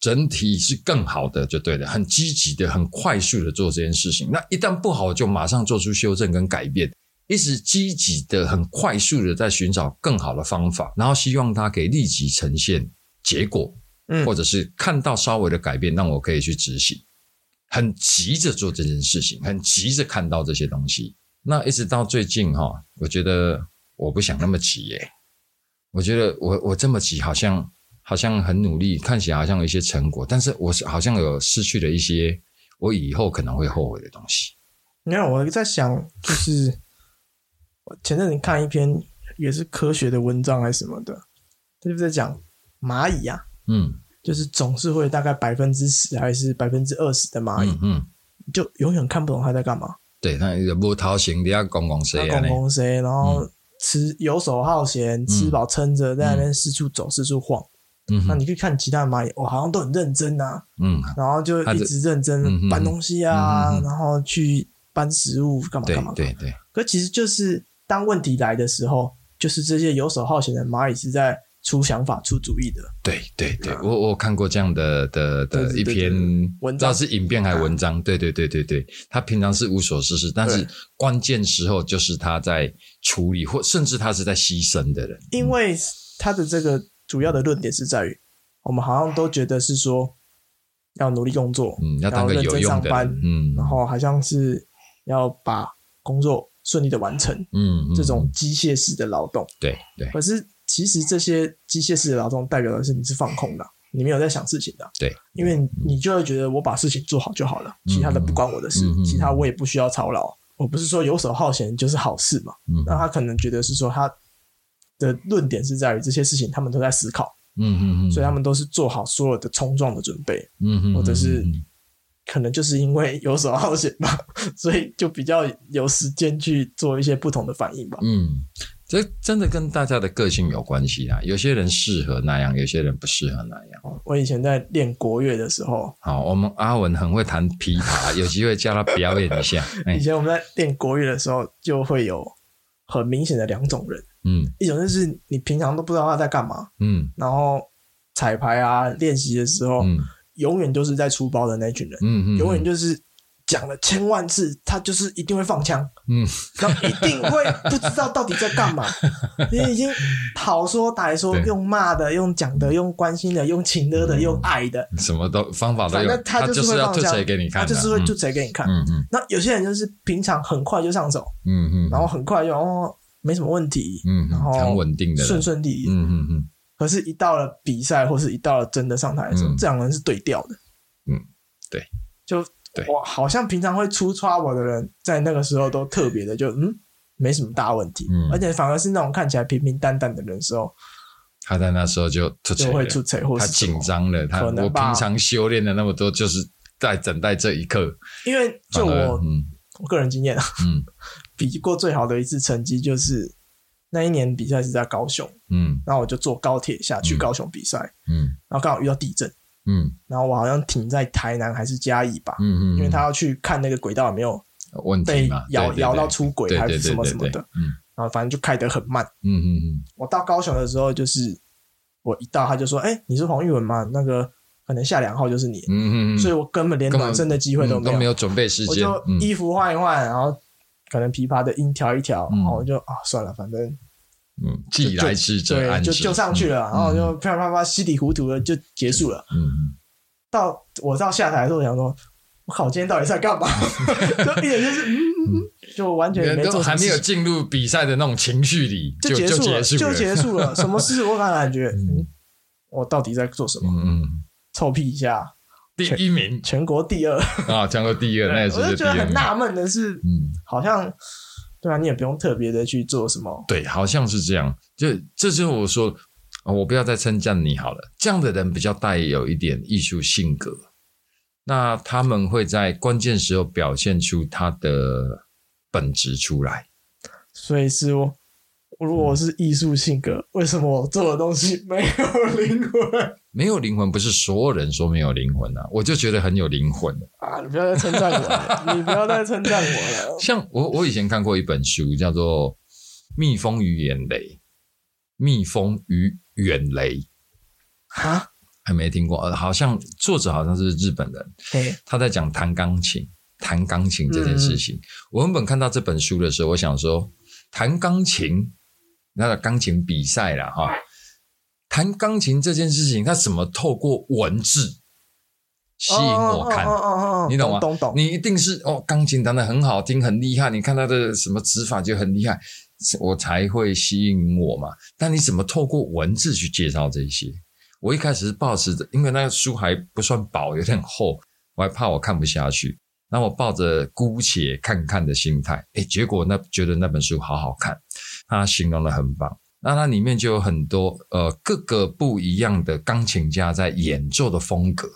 Speaker 2: 整体是更好的，就对了。很积极的、很快速的做这件事情。那一旦不好，就马上做出修正跟改变。一直积极的、很快速的在寻找更好的方法，然后希望它可以立即呈现结果，
Speaker 1: 嗯
Speaker 2: 或者是看到稍微的改变，让我可以去执行。很急着做这件事情，很急着看到这些东西。那一直到最近哈、我觉得我不想那么急耶、我觉得我我这么急，好像好像很努力，看起来好像有一些成果，但是我是好像有失去了一些我以后可能会后悔的东西。
Speaker 1: 你看我在想，就是我前阵子看一篇也是科学的文章还是什么的，他就在讲蚂蚁啊，
Speaker 2: 嗯
Speaker 1: 就是总是会大概百分之十还是百分之二十的蚂蚁，
Speaker 2: 嗯嗯，
Speaker 1: 就永远看不懂它在干嘛。
Speaker 2: 对，那有波涛型的要讲讲
Speaker 1: 他
Speaker 2: 谁啊？嗯
Speaker 1: 拱
Speaker 2: 呢？
Speaker 1: 拱谁，然后吃游手好闲，吃饱撑着，在那边四处走，四处晃。
Speaker 2: 嗯
Speaker 1: 那
Speaker 2: 哼
Speaker 1: 你可以看其他的蚂蚁，我好像都很认真啊，
Speaker 2: 嗯，
Speaker 1: 然后就一直认
Speaker 2: 他这嗯
Speaker 1: 真
Speaker 2: 嗯
Speaker 1: 搬东西啊
Speaker 2: 嗯嗯，嗯
Speaker 1: 然后去搬食物，干嘛
Speaker 2: 对
Speaker 1: 干嘛。
Speaker 2: 对对，
Speaker 1: 可其实就是当问题来的时候，就是这些游手好闲的蚂蚁是在出想法、出主意的。
Speaker 2: 对对对，我我有看过这样的的
Speaker 1: 啊对
Speaker 2: 的
Speaker 1: 对
Speaker 2: 一
Speaker 1: 对
Speaker 2: 篇
Speaker 1: 文
Speaker 2: 不知
Speaker 1: 章啊
Speaker 2: 道是影片还是文章，对对对对对，他平常是无所事事，但是
Speaker 1: 对
Speaker 2: 关键时候就是他在处理，或甚至他是在牺牲的人。
Speaker 1: 因为他的这个主要的论点是在于，我们好像都觉得是说要努力工作，
Speaker 2: 嗯，要
Speaker 1: 然
Speaker 2: 当
Speaker 1: 后
Speaker 2: 个
Speaker 1: 认
Speaker 2: 有
Speaker 1: 真
Speaker 2: 用
Speaker 1: 上
Speaker 2: 的
Speaker 1: 班
Speaker 2: 人，，嗯，
Speaker 1: 然后好像是要把工作顺利的完成，
Speaker 2: 嗯，嗯
Speaker 1: 这种
Speaker 2: 嗯
Speaker 1: 机械式的劳动。
Speaker 2: 对对
Speaker 1: 可是其实这些机械式的劳动代表的是你是放空的，啊你没有在想事情的，啊
Speaker 2: 对，
Speaker 1: 因为你就会觉得我把事情做好就好了，
Speaker 2: 嗯
Speaker 1: 其他的不关我的事
Speaker 2: 嗯嗯嗯，
Speaker 1: 其他我也不需要操劳。我不是说游手好闲就是好事嘛？
Speaker 2: 嗯
Speaker 1: 那他可能觉得是说他的论点是在于这些事情他们都在思考，
Speaker 2: 嗯嗯嗯，
Speaker 1: 所以他们都是做好所有的冲撞的准备。
Speaker 2: 嗯嗯，
Speaker 1: 或者是
Speaker 2: 嗯嗯
Speaker 1: 可能就是因为游手好闲吧，所以就比较有时间去做一些不同的反应吧。
Speaker 2: 嗯，这真的跟大家的个性有关系啦。有些人适合那样，有些人不适合那样。
Speaker 1: 我以前在练国乐的时候，
Speaker 2: 好，我们阿文很会弹琵琶，有机会叫他表演一下。
Speaker 1: (laughs)
Speaker 2: 哎
Speaker 1: 以，前我们在练国乐的时候，就会有很明显的两种人，
Speaker 2: 嗯
Speaker 1: 一种就是你平常都不知道他在干嘛，
Speaker 2: 嗯
Speaker 1: 然后彩排啊、练习的时候，
Speaker 2: 嗯
Speaker 1: 永远就是在出包的那群人，
Speaker 2: 嗯嗯，
Speaker 1: 永远就是讲了千万次，他就是一定会放枪，
Speaker 2: 嗯
Speaker 1: 然后一定会不知道到底在干
Speaker 2: (laughs)
Speaker 1: 嘛。你已经好说歹说，
Speaker 2: 对
Speaker 1: 用骂的、用讲的、用关心的、用情的的、用爱的，
Speaker 2: 什么都方法都
Speaker 1: 反
Speaker 2: 有
Speaker 1: 正，他
Speaker 2: 就
Speaker 1: 就是会
Speaker 2: 要
Speaker 1: 放
Speaker 2: 吐
Speaker 1: 枪，
Speaker 2: 槽给你看
Speaker 1: 他
Speaker 2: 的，
Speaker 1: 就是会
Speaker 2: 嗯
Speaker 1: 吐槽给你看。
Speaker 2: 嗯嗯
Speaker 1: 那有些人就是平常很快就上手，
Speaker 2: 嗯嗯，
Speaker 1: 然后很快就哦没什么问题，
Speaker 2: 嗯，
Speaker 1: 然后
Speaker 2: 很稳定的人
Speaker 1: 顺顺利利。
Speaker 2: 嗯嗯嗯，
Speaker 1: 可是，一到了比赛或是一到了真的上台的时候，
Speaker 2: 嗯
Speaker 1: 这两个人是对调的。
Speaker 2: 嗯，对，
Speaker 1: 就
Speaker 2: 对
Speaker 1: 我好像平常会出 trouble 的人，在那个时候都特别的就嗯没什么大问题，
Speaker 2: 嗯
Speaker 1: 而且反而是那种看起来平平淡淡的人的时候，
Speaker 2: 他在那时候就吐槽
Speaker 1: 就
Speaker 2: 了
Speaker 1: 会出错或
Speaker 2: 他
Speaker 1: 是什
Speaker 2: 紧
Speaker 1: 么，
Speaker 2: 张了，他
Speaker 1: 可能
Speaker 2: 我
Speaker 1: 吧
Speaker 2: 平常修炼了那么多，就是在等待这一刻。
Speaker 1: 因为就
Speaker 2: 反而
Speaker 1: 我
Speaker 2: 嗯
Speaker 1: 我个人经验啊，
Speaker 2: 嗯
Speaker 1: 比过最好的一次成绩就是那一年比赛是在高雄，
Speaker 2: 嗯
Speaker 1: 然后我就坐高铁下去高雄比赛，
Speaker 2: 嗯
Speaker 1: 然后刚好遇到地震，
Speaker 2: 嗯
Speaker 1: 然后我好像停在台南还是嘉义吧，
Speaker 2: 嗯嗯，
Speaker 1: 因为他要去看那个轨道有没有
Speaker 2: 问
Speaker 1: 被
Speaker 2: 题嘛，
Speaker 1: 摇
Speaker 2: 对
Speaker 1: 摇到，出轨
Speaker 2: 对
Speaker 1: 还
Speaker 2: 对
Speaker 1: 是
Speaker 2: 对
Speaker 1: 什
Speaker 2: 对
Speaker 1: 么
Speaker 2: 对
Speaker 1: 什么
Speaker 2: 对对，
Speaker 1: 的，
Speaker 2: 嗯
Speaker 1: 然后反正就开得很慢。
Speaker 2: 嗯嗯嗯
Speaker 1: 我到高雄的时候，就是我一到他就说：“哎、你是黄玉文吗？那个可能下两号就是你。
Speaker 2: 嗯嗯嗯，
Speaker 1: 所以我根本连
Speaker 2: 根本
Speaker 1: 暖身的机会都
Speaker 2: 嗯都没
Speaker 1: 有，
Speaker 2: 有准备时
Speaker 1: 我
Speaker 2: 间，
Speaker 1: 就
Speaker 2: 嗯
Speaker 1: 衣服换一换，然后可能琵琶的音调一调，
Speaker 2: 嗯
Speaker 1: 然后我就啊算了，反正
Speaker 2: 嗯，既
Speaker 1: 就就
Speaker 2: 来之则
Speaker 1: 对
Speaker 2: 安
Speaker 1: 就
Speaker 2: 之
Speaker 1: 就上去了，然后
Speaker 2: 嗯
Speaker 1: 就啪啪啪稀里糊涂的就结束了。
Speaker 2: 嗯嗯
Speaker 1: 到我到下台的时候，我想说，我靠，我今天到底在干嘛？ (laughs) 就一点就是，嗯嗯嗯，就完全
Speaker 2: 嗯，
Speaker 1: 没做
Speaker 2: 都
Speaker 1: 什
Speaker 2: 还
Speaker 1: 么
Speaker 2: 没有
Speaker 1: 事情，
Speaker 2: 进入比赛的那种情绪里，就
Speaker 1: 结
Speaker 2: 就
Speaker 1: 束了，
Speaker 2: 结束
Speaker 1: 就结束
Speaker 2: (laughs)
Speaker 1: 了。什么事我感感觉，
Speaker 2: 嗯
Speaker 1: 嗯，我到底在做什么？
Speaker 2: 嗯嗯，
Speaker 1: 臭屁一下，
Speaker 2: 第一名
Speaker 1: 全国第二。
Speaker 2: (laughs) 啊，讲过第二，那也是
Speaker 1: 我就
Speaker 2: 第
Speaker 1: 觉得
Speaker 2: 二
Speaker 1: 很
Speaker 2: 名。
Speaker 1: 纳闷的是，
Speaker 2: 嗯，
Speaker 1: 好像对啊，你也不用特别的去做什么，
Speaker 2: 对，好像是这样。就这就是我说，啊我不要再称赞你好了。这样的人比较带有一点艺术性格，那他们会在关键时候表现出他的本质出来。
Speaker 1: 所以是我，如果我是艺术性格，为什么我做的东西没有灵
Speaker 2: (laughs)
Speaker 1: 魂
Speaker 2: 没有灵魂不是所有人说没有灵魂啊，我就觉得很有灵魂。
Speaker 1: 啊？你不要再称赞我
Speaker 2: (laughs)
Speaker 1: 了，你不要再称赞我了。
Speaker 2: 像我，我以前看过一本书，叫做《蜜蜂与眼雷》，蜜蜂与远雷，
Speaker 1: 哈，
Speaker 2: 还没听过。呃，好像作者好像是日本人，
Speaker 1: 嘿，
Speaker 2: 他在讲弹钢琴，弹钢琴这件事
Speaker 1: 嗯
Speaker 2: 情。我原本看到这本书的时候，我想说，弹钢琴，那个钢琴比赛啦，哈，弹钢琴这件事情，它怎么透过文字吸引我看？
Speaker 1: 哦哦哦哦哦
Speaker 2: 你懂吗？
Speaker 1: 懂懂。
Speaker 2: 你一定是哦，钢琴弹得很好听，很厉害。你看他的什么指法就很厉害，我才会吸引我嘛。但你怎么透过文字去介绍这些？我一开始是抱持着，因为那个书还不算薄，有点厚，我还怕我看不下去。那我抱着姑且看看的心态，诶，结果那觉得那本书好好看，它形容的很棒。那它里面就有很多呃各个不一样的钢琴家在演奏的风格，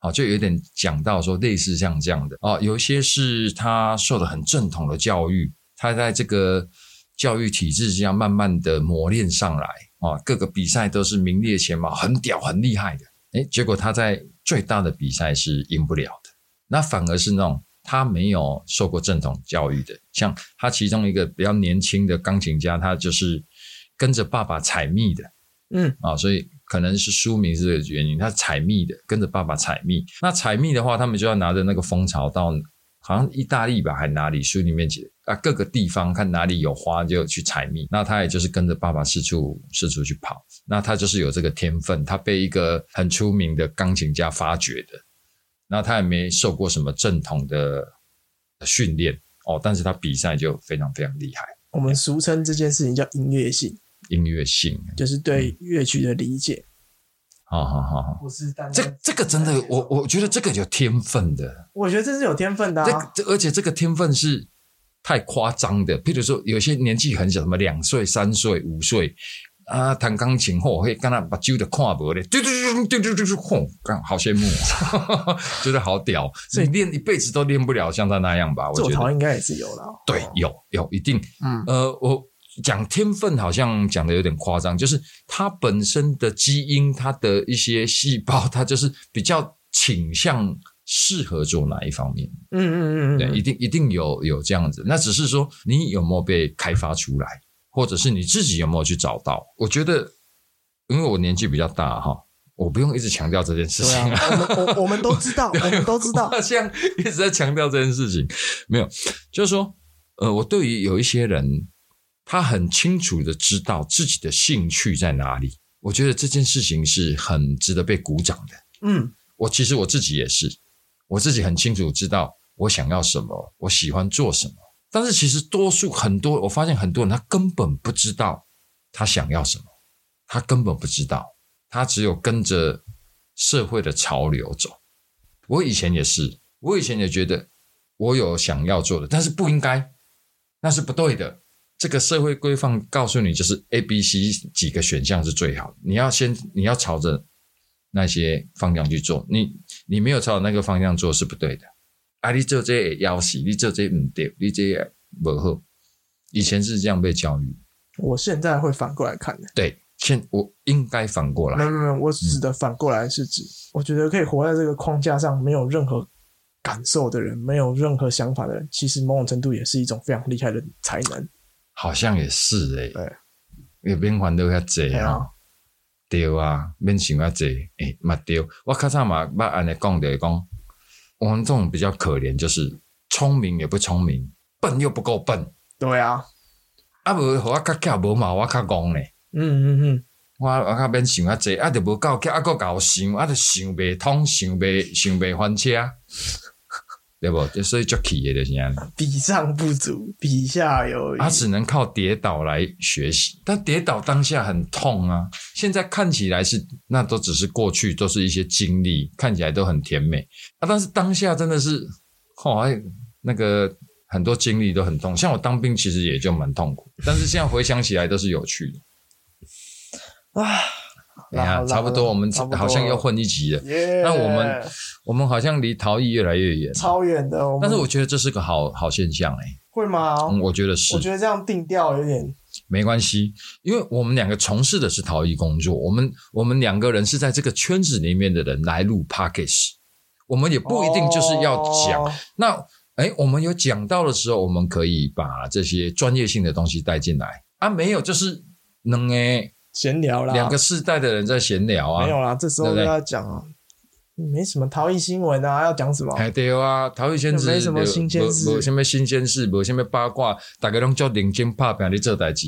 Speaker 2: 好、哦就有点讲到说类似像这样的哦，有一些是他受了很正统的教育，他在这个教育体制之下慢慢的磨练上来啊、哦，各个比赛都是名列前茅，很屌很厉害的，诶，结果他在最大的比赛是赢不了的。那反而是那种他没有受过正统教育的，像他其中一个比较年轻的钢琴家，他就是跟着爸爸采蜜的
Speaker 1: 嗯，
Speaker 2: 啊，所以可能是书名是这个原因，他采蜜的，跟着爸爸采蜜。那采蜜的话，他们就要拿着那个蜂巢到好像意大利吧，还哪里书里面写啊，各个地方看哪里有花就去采蜜。那他也就是跟着爸爸四处四处去跑，那他就是有这个天分，他被一个很出名的钢琴家发掘的。那他也没受过什么正统的训练哦，但是他比赛就非常非常厉害，
Speaker 1: 我们俗称这件事情叫音乐性，
Speaker 2: 音乐性，
Speaker 1: 就是对乐曲的理解，
Speaker 2: 好好好好，
Speaker 1: 不是单
Speaker 2: 这
Speaker 1: 单
Speaker 2: 这个真的，我我觉得这个有天分的，
Speaker 1: 我觉得这是有天分的、
Speaker 2: 这
Speaker 1: 啊
Speaker 2: 个。这而且这个天分是太夸张的。譬如说，有些年纪很小，什么两岁、三岁、五岁啊，弹钢琴后会跟他把酒的跨博嘞，对对对对对对对，吼，干好羡慕哦， (laughs) 觉得好屌，
Speaker 1: 所以
Speaker 2: 你练一辈子都练不了像他那样吧？我
Speaker 1: 这
Speaker 2: 觉
Speaker 1: 我
Speaker 2: 得
Speaker 1: 桃应该也是有了。
Speaker 2: 对，有有一定，
Speaker 1: (laughs) 嗯
Speaker 2: 呃，我讲天分好像讲的有点夸张，就是它本身的基因，它的一些细胞，它就是比较倾向适合做哪一方面，
Speaker 1: 嗯嗯嗯嗯
Speaker 2: 对，一
Speaker 1: 嗯，
Speaker 2: 定一定有有这样子，那只是说你有没有被开发出来，或者是你自己有没有去找到？我觉得，因为我年纪比较大哈，我不用一直强调这件事
Speaker 1: 对
Speaker 2: 情、
Speaker 1: 啊，我们我我们都知
Speaker 2: (laughs)
Speaker 1: 道，我们都知道
Speaker 2: 好，像一直在强调这件事情，没有，就是说，呃，我对于有一些人，他很清楚的知道自己的兴趣在哪里，我觉得这件事情是很值得被鼓掌的。
Speaker 1: 嗯
Speaker 2: 我其实我自己也是，我自己很清楚知道我想要什么，我喜欢做什么。但是其实多数很多，我发现很多人他根本不知道他想要什么，他根本不知道，他只有跟着社会的潮流走。我以前也是，我以前也觉得我有想要做的，但是不应该，那是不对的。这个社会规范告诉你，就是 A、B、C 几个选项是最好的。你要先，你要朝着那些方向去做。你你没有朝着那个方向做是不对的。啊，你做这也要死，你做这唔对，你这也不好。以前是这样被教育，
Speaker 1: 我现在会反过来看的。
Speaker 2: 对，现我应该反过
Speaker 1: 没
Speaker 2: 来
Speaker 1: 有。没有没有，我
Speaker 2: 嗯
Speaker 1: 指的反过来是指，我觉得可以活在这个框架上，没有任何感受的人，没有任何想法的人，其实某种程度也是一种非常厉害的才能。
Speaker 2: 好像也是诶、
Speaker 1: 对
Speaker 2: 也免烦恼遐济
Speaker 1: 对啊
Speaker 2: 啊，对啊，免想遐济，诶、嘛对。我较早嘛捌安尼讲就是讲，我们这种比较可怜，就是聪明也不聪明，笨又不够笨，
Speaker 1: 对啊，
Speaker 2: 啊无，互我较巧无嘛，我较戆咧。
Speaker 1: 嗯嗯嗯，
Speaker 2: 我我较免想遐济，啊，就无够巧，啊，够搞想，啊，就想袂通，想袂想袂翻车， (laughs) 对无？就所以足气诶，就是安尼。
Speaker 1: 比上不足，比下有余。
Speaker 2: 他只能靠跌倒来学习，但跌倒当下很痛啊。现在看起来是那都只是过去，都是一些经历，看起来都很甜美啊。但是当下真的是，哦，哎那个很多经历都很痛。像我当兵其实也就蛮痛苦，但是现在回想起来都是有
Speaker 1: (laughs)
Speaker 2: 趣的。
Speaker 1: 啊，
Speaker 2: 哎
Speaker 1: 好
Speaker 2: 呀，
Speaker 1: 啦
Speaker 2: 差不多，我们
Speaker 1: 差不多
Speaker 2: 好像又混一集了。
Speaker 1: 耶
Speaker 2: 那我们我们好像离逃逸越来越远，
Speaker 1: 超远的，
Speaker 2: 但是
Speaker 1: 们
Speaker 2: 我觉得这是个好好现象哎、
Speaker 1: 会吗？
Speaker 2: 嗯，我觉得是
Speaker 1: 我，觉得这样定调有点
Speaker 2: 没关系，因为我们两个从事的是陶艺工作，我们我们两个人是在这个圈子里面的人来录 p a c k a g e 我们也不一定就是要讲。
Speaker 1: 哦
Speaker 2: 那哎，我们有讲到的时候，我们可以把这些专业性的东西带进来啊，没有就是能哎，
Speaker 1: 闲聊啦，
Speaker 2: 两个世代的人在闲聊啊，
Speaker 1: 没有啦，这时候
Speaker 2: 对不
Speaker 1: 就
Speaker 2: 对
Speaker 1: 要讲啊，没什么陶艺新闻啊，要讲什么？
Speaker 2: 哎，对啊，陶艺先子
Speaker 1: 没什么新鲜事
Speaker 2: 无什么新鲜事，无什么八卦，大家拢叫认真拍拼咧做代志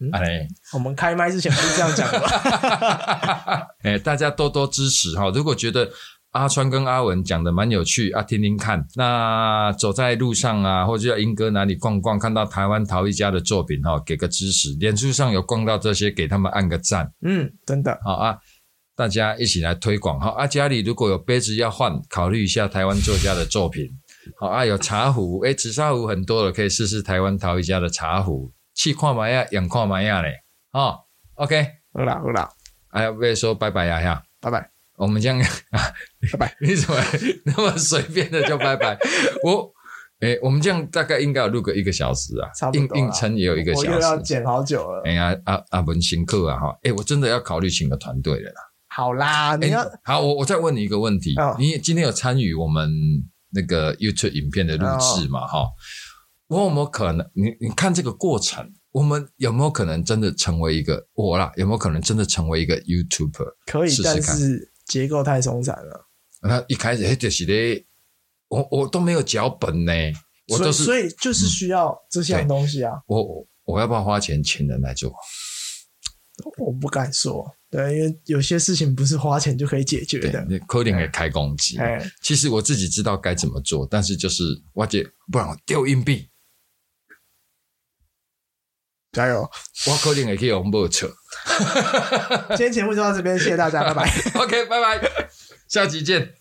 Speaker 1: 嗯
Speaker 2: 耶。哎、嘞
Speaker 1: 我们开麦之前不是这样讲的
Speaker 2: (laughs)
Speaker 1: 吗？
Speaker 2: 哎，大家多多支持哈！如果觉得阿川跟阿文讲的蛮有趣啊，听听看。那走在路上啊，或者在英哥哪里逛逛，看到台湾陶艺家的作品哈，给个支持。脸书上有逛到这些，给他们按个赞
Speaker 1: 嗯，真的，
Speaker 2: 好啊！大家一起来推广哈！啊，家里如果有杯子要换，考虑一下台湾作家的作品。好啊，有茶壶，哎，紫砂壶很多了，可以试试台湾陶艺家的茶壶，去看嘛呀，养看嘛呀嘞。哦，OK，
Speaker 1: 好啦好啦，
Speaker 2: 哎呀，被说拜拜呀呀。
Speaker 1: 拜拜。
Speaker 2: 我们这样， (laughs) 拜
Speaker 1: 拜。
Speaker 2: 你怎么 (laughs) 那么随便的就拜拜？我，哎、我们这样大概应该有录个一个小时啊，
Speaker 1: 差不
Speaker 2: 硬
Speaker 1: 多啦
Speaker 2: 硬撑也有一个
Speaker 1: 我
Speaker 2: 小
Speaker 1: 又要
Speaker 2: 时。
Speaker 1: 剪好久了。
Speaker 2: 哎呀，阿阿文辛苦啊哈！哎、我真的要考虑请个团队了啦。
Speaker 1: 好啦，你
Speaker 2: 哎
Speaker 1: 要、
Speaker 2: 好，我我再问你一个问题，
Speaker 1: 哦
Speaker 2: 你今天有参与我们那个 YouTube 影片的录制
Speaker 1: 哦
Speaker 2: 嘛？哈、我有没有可能？你你看这个过程，我们有没有可能真的成为一个我啦？有没有可能真的成为一个 YouTuber？
Speaker 1: 可以，
Speaker 2: 试试
Speaker 1: 但
Speaker 2: 看
Speaker 1: 是结构太松散了。
Speaker 2: 那一开始哎，就是咧，我我都没有脚本呢，我
Speaker 1: 所
Speaker 2: 都
Speaker 1: 以
Speaker 2: 是
Speaker 1: 所以就是需要这项
Speaker 2: 对
Speaker 1: 东西啊，
Speaker 2: 我我我要不要花钱请人来做？嗯
Speaker 1: 我不敢说。对，因为有些事情不是花钱就可以解决
Speaker 2: 对
Speaker 1: 的。，
Speaker 2: 扣点给开工资。
Speaker 1: 哎，
Speaker 2: 其实我自己知道该怎么做，但是就是我姐，不然我丢硬币，
Speaker 1: 加油！
Speaker 2: 我扣点也可以用不
Speaker 1: (laughs)
Speaker 2: 扯。
Speaker 1: 今天节目就到这边，谢谢大家，拜拜。
Speaker 2: OK，拜拜，下集见。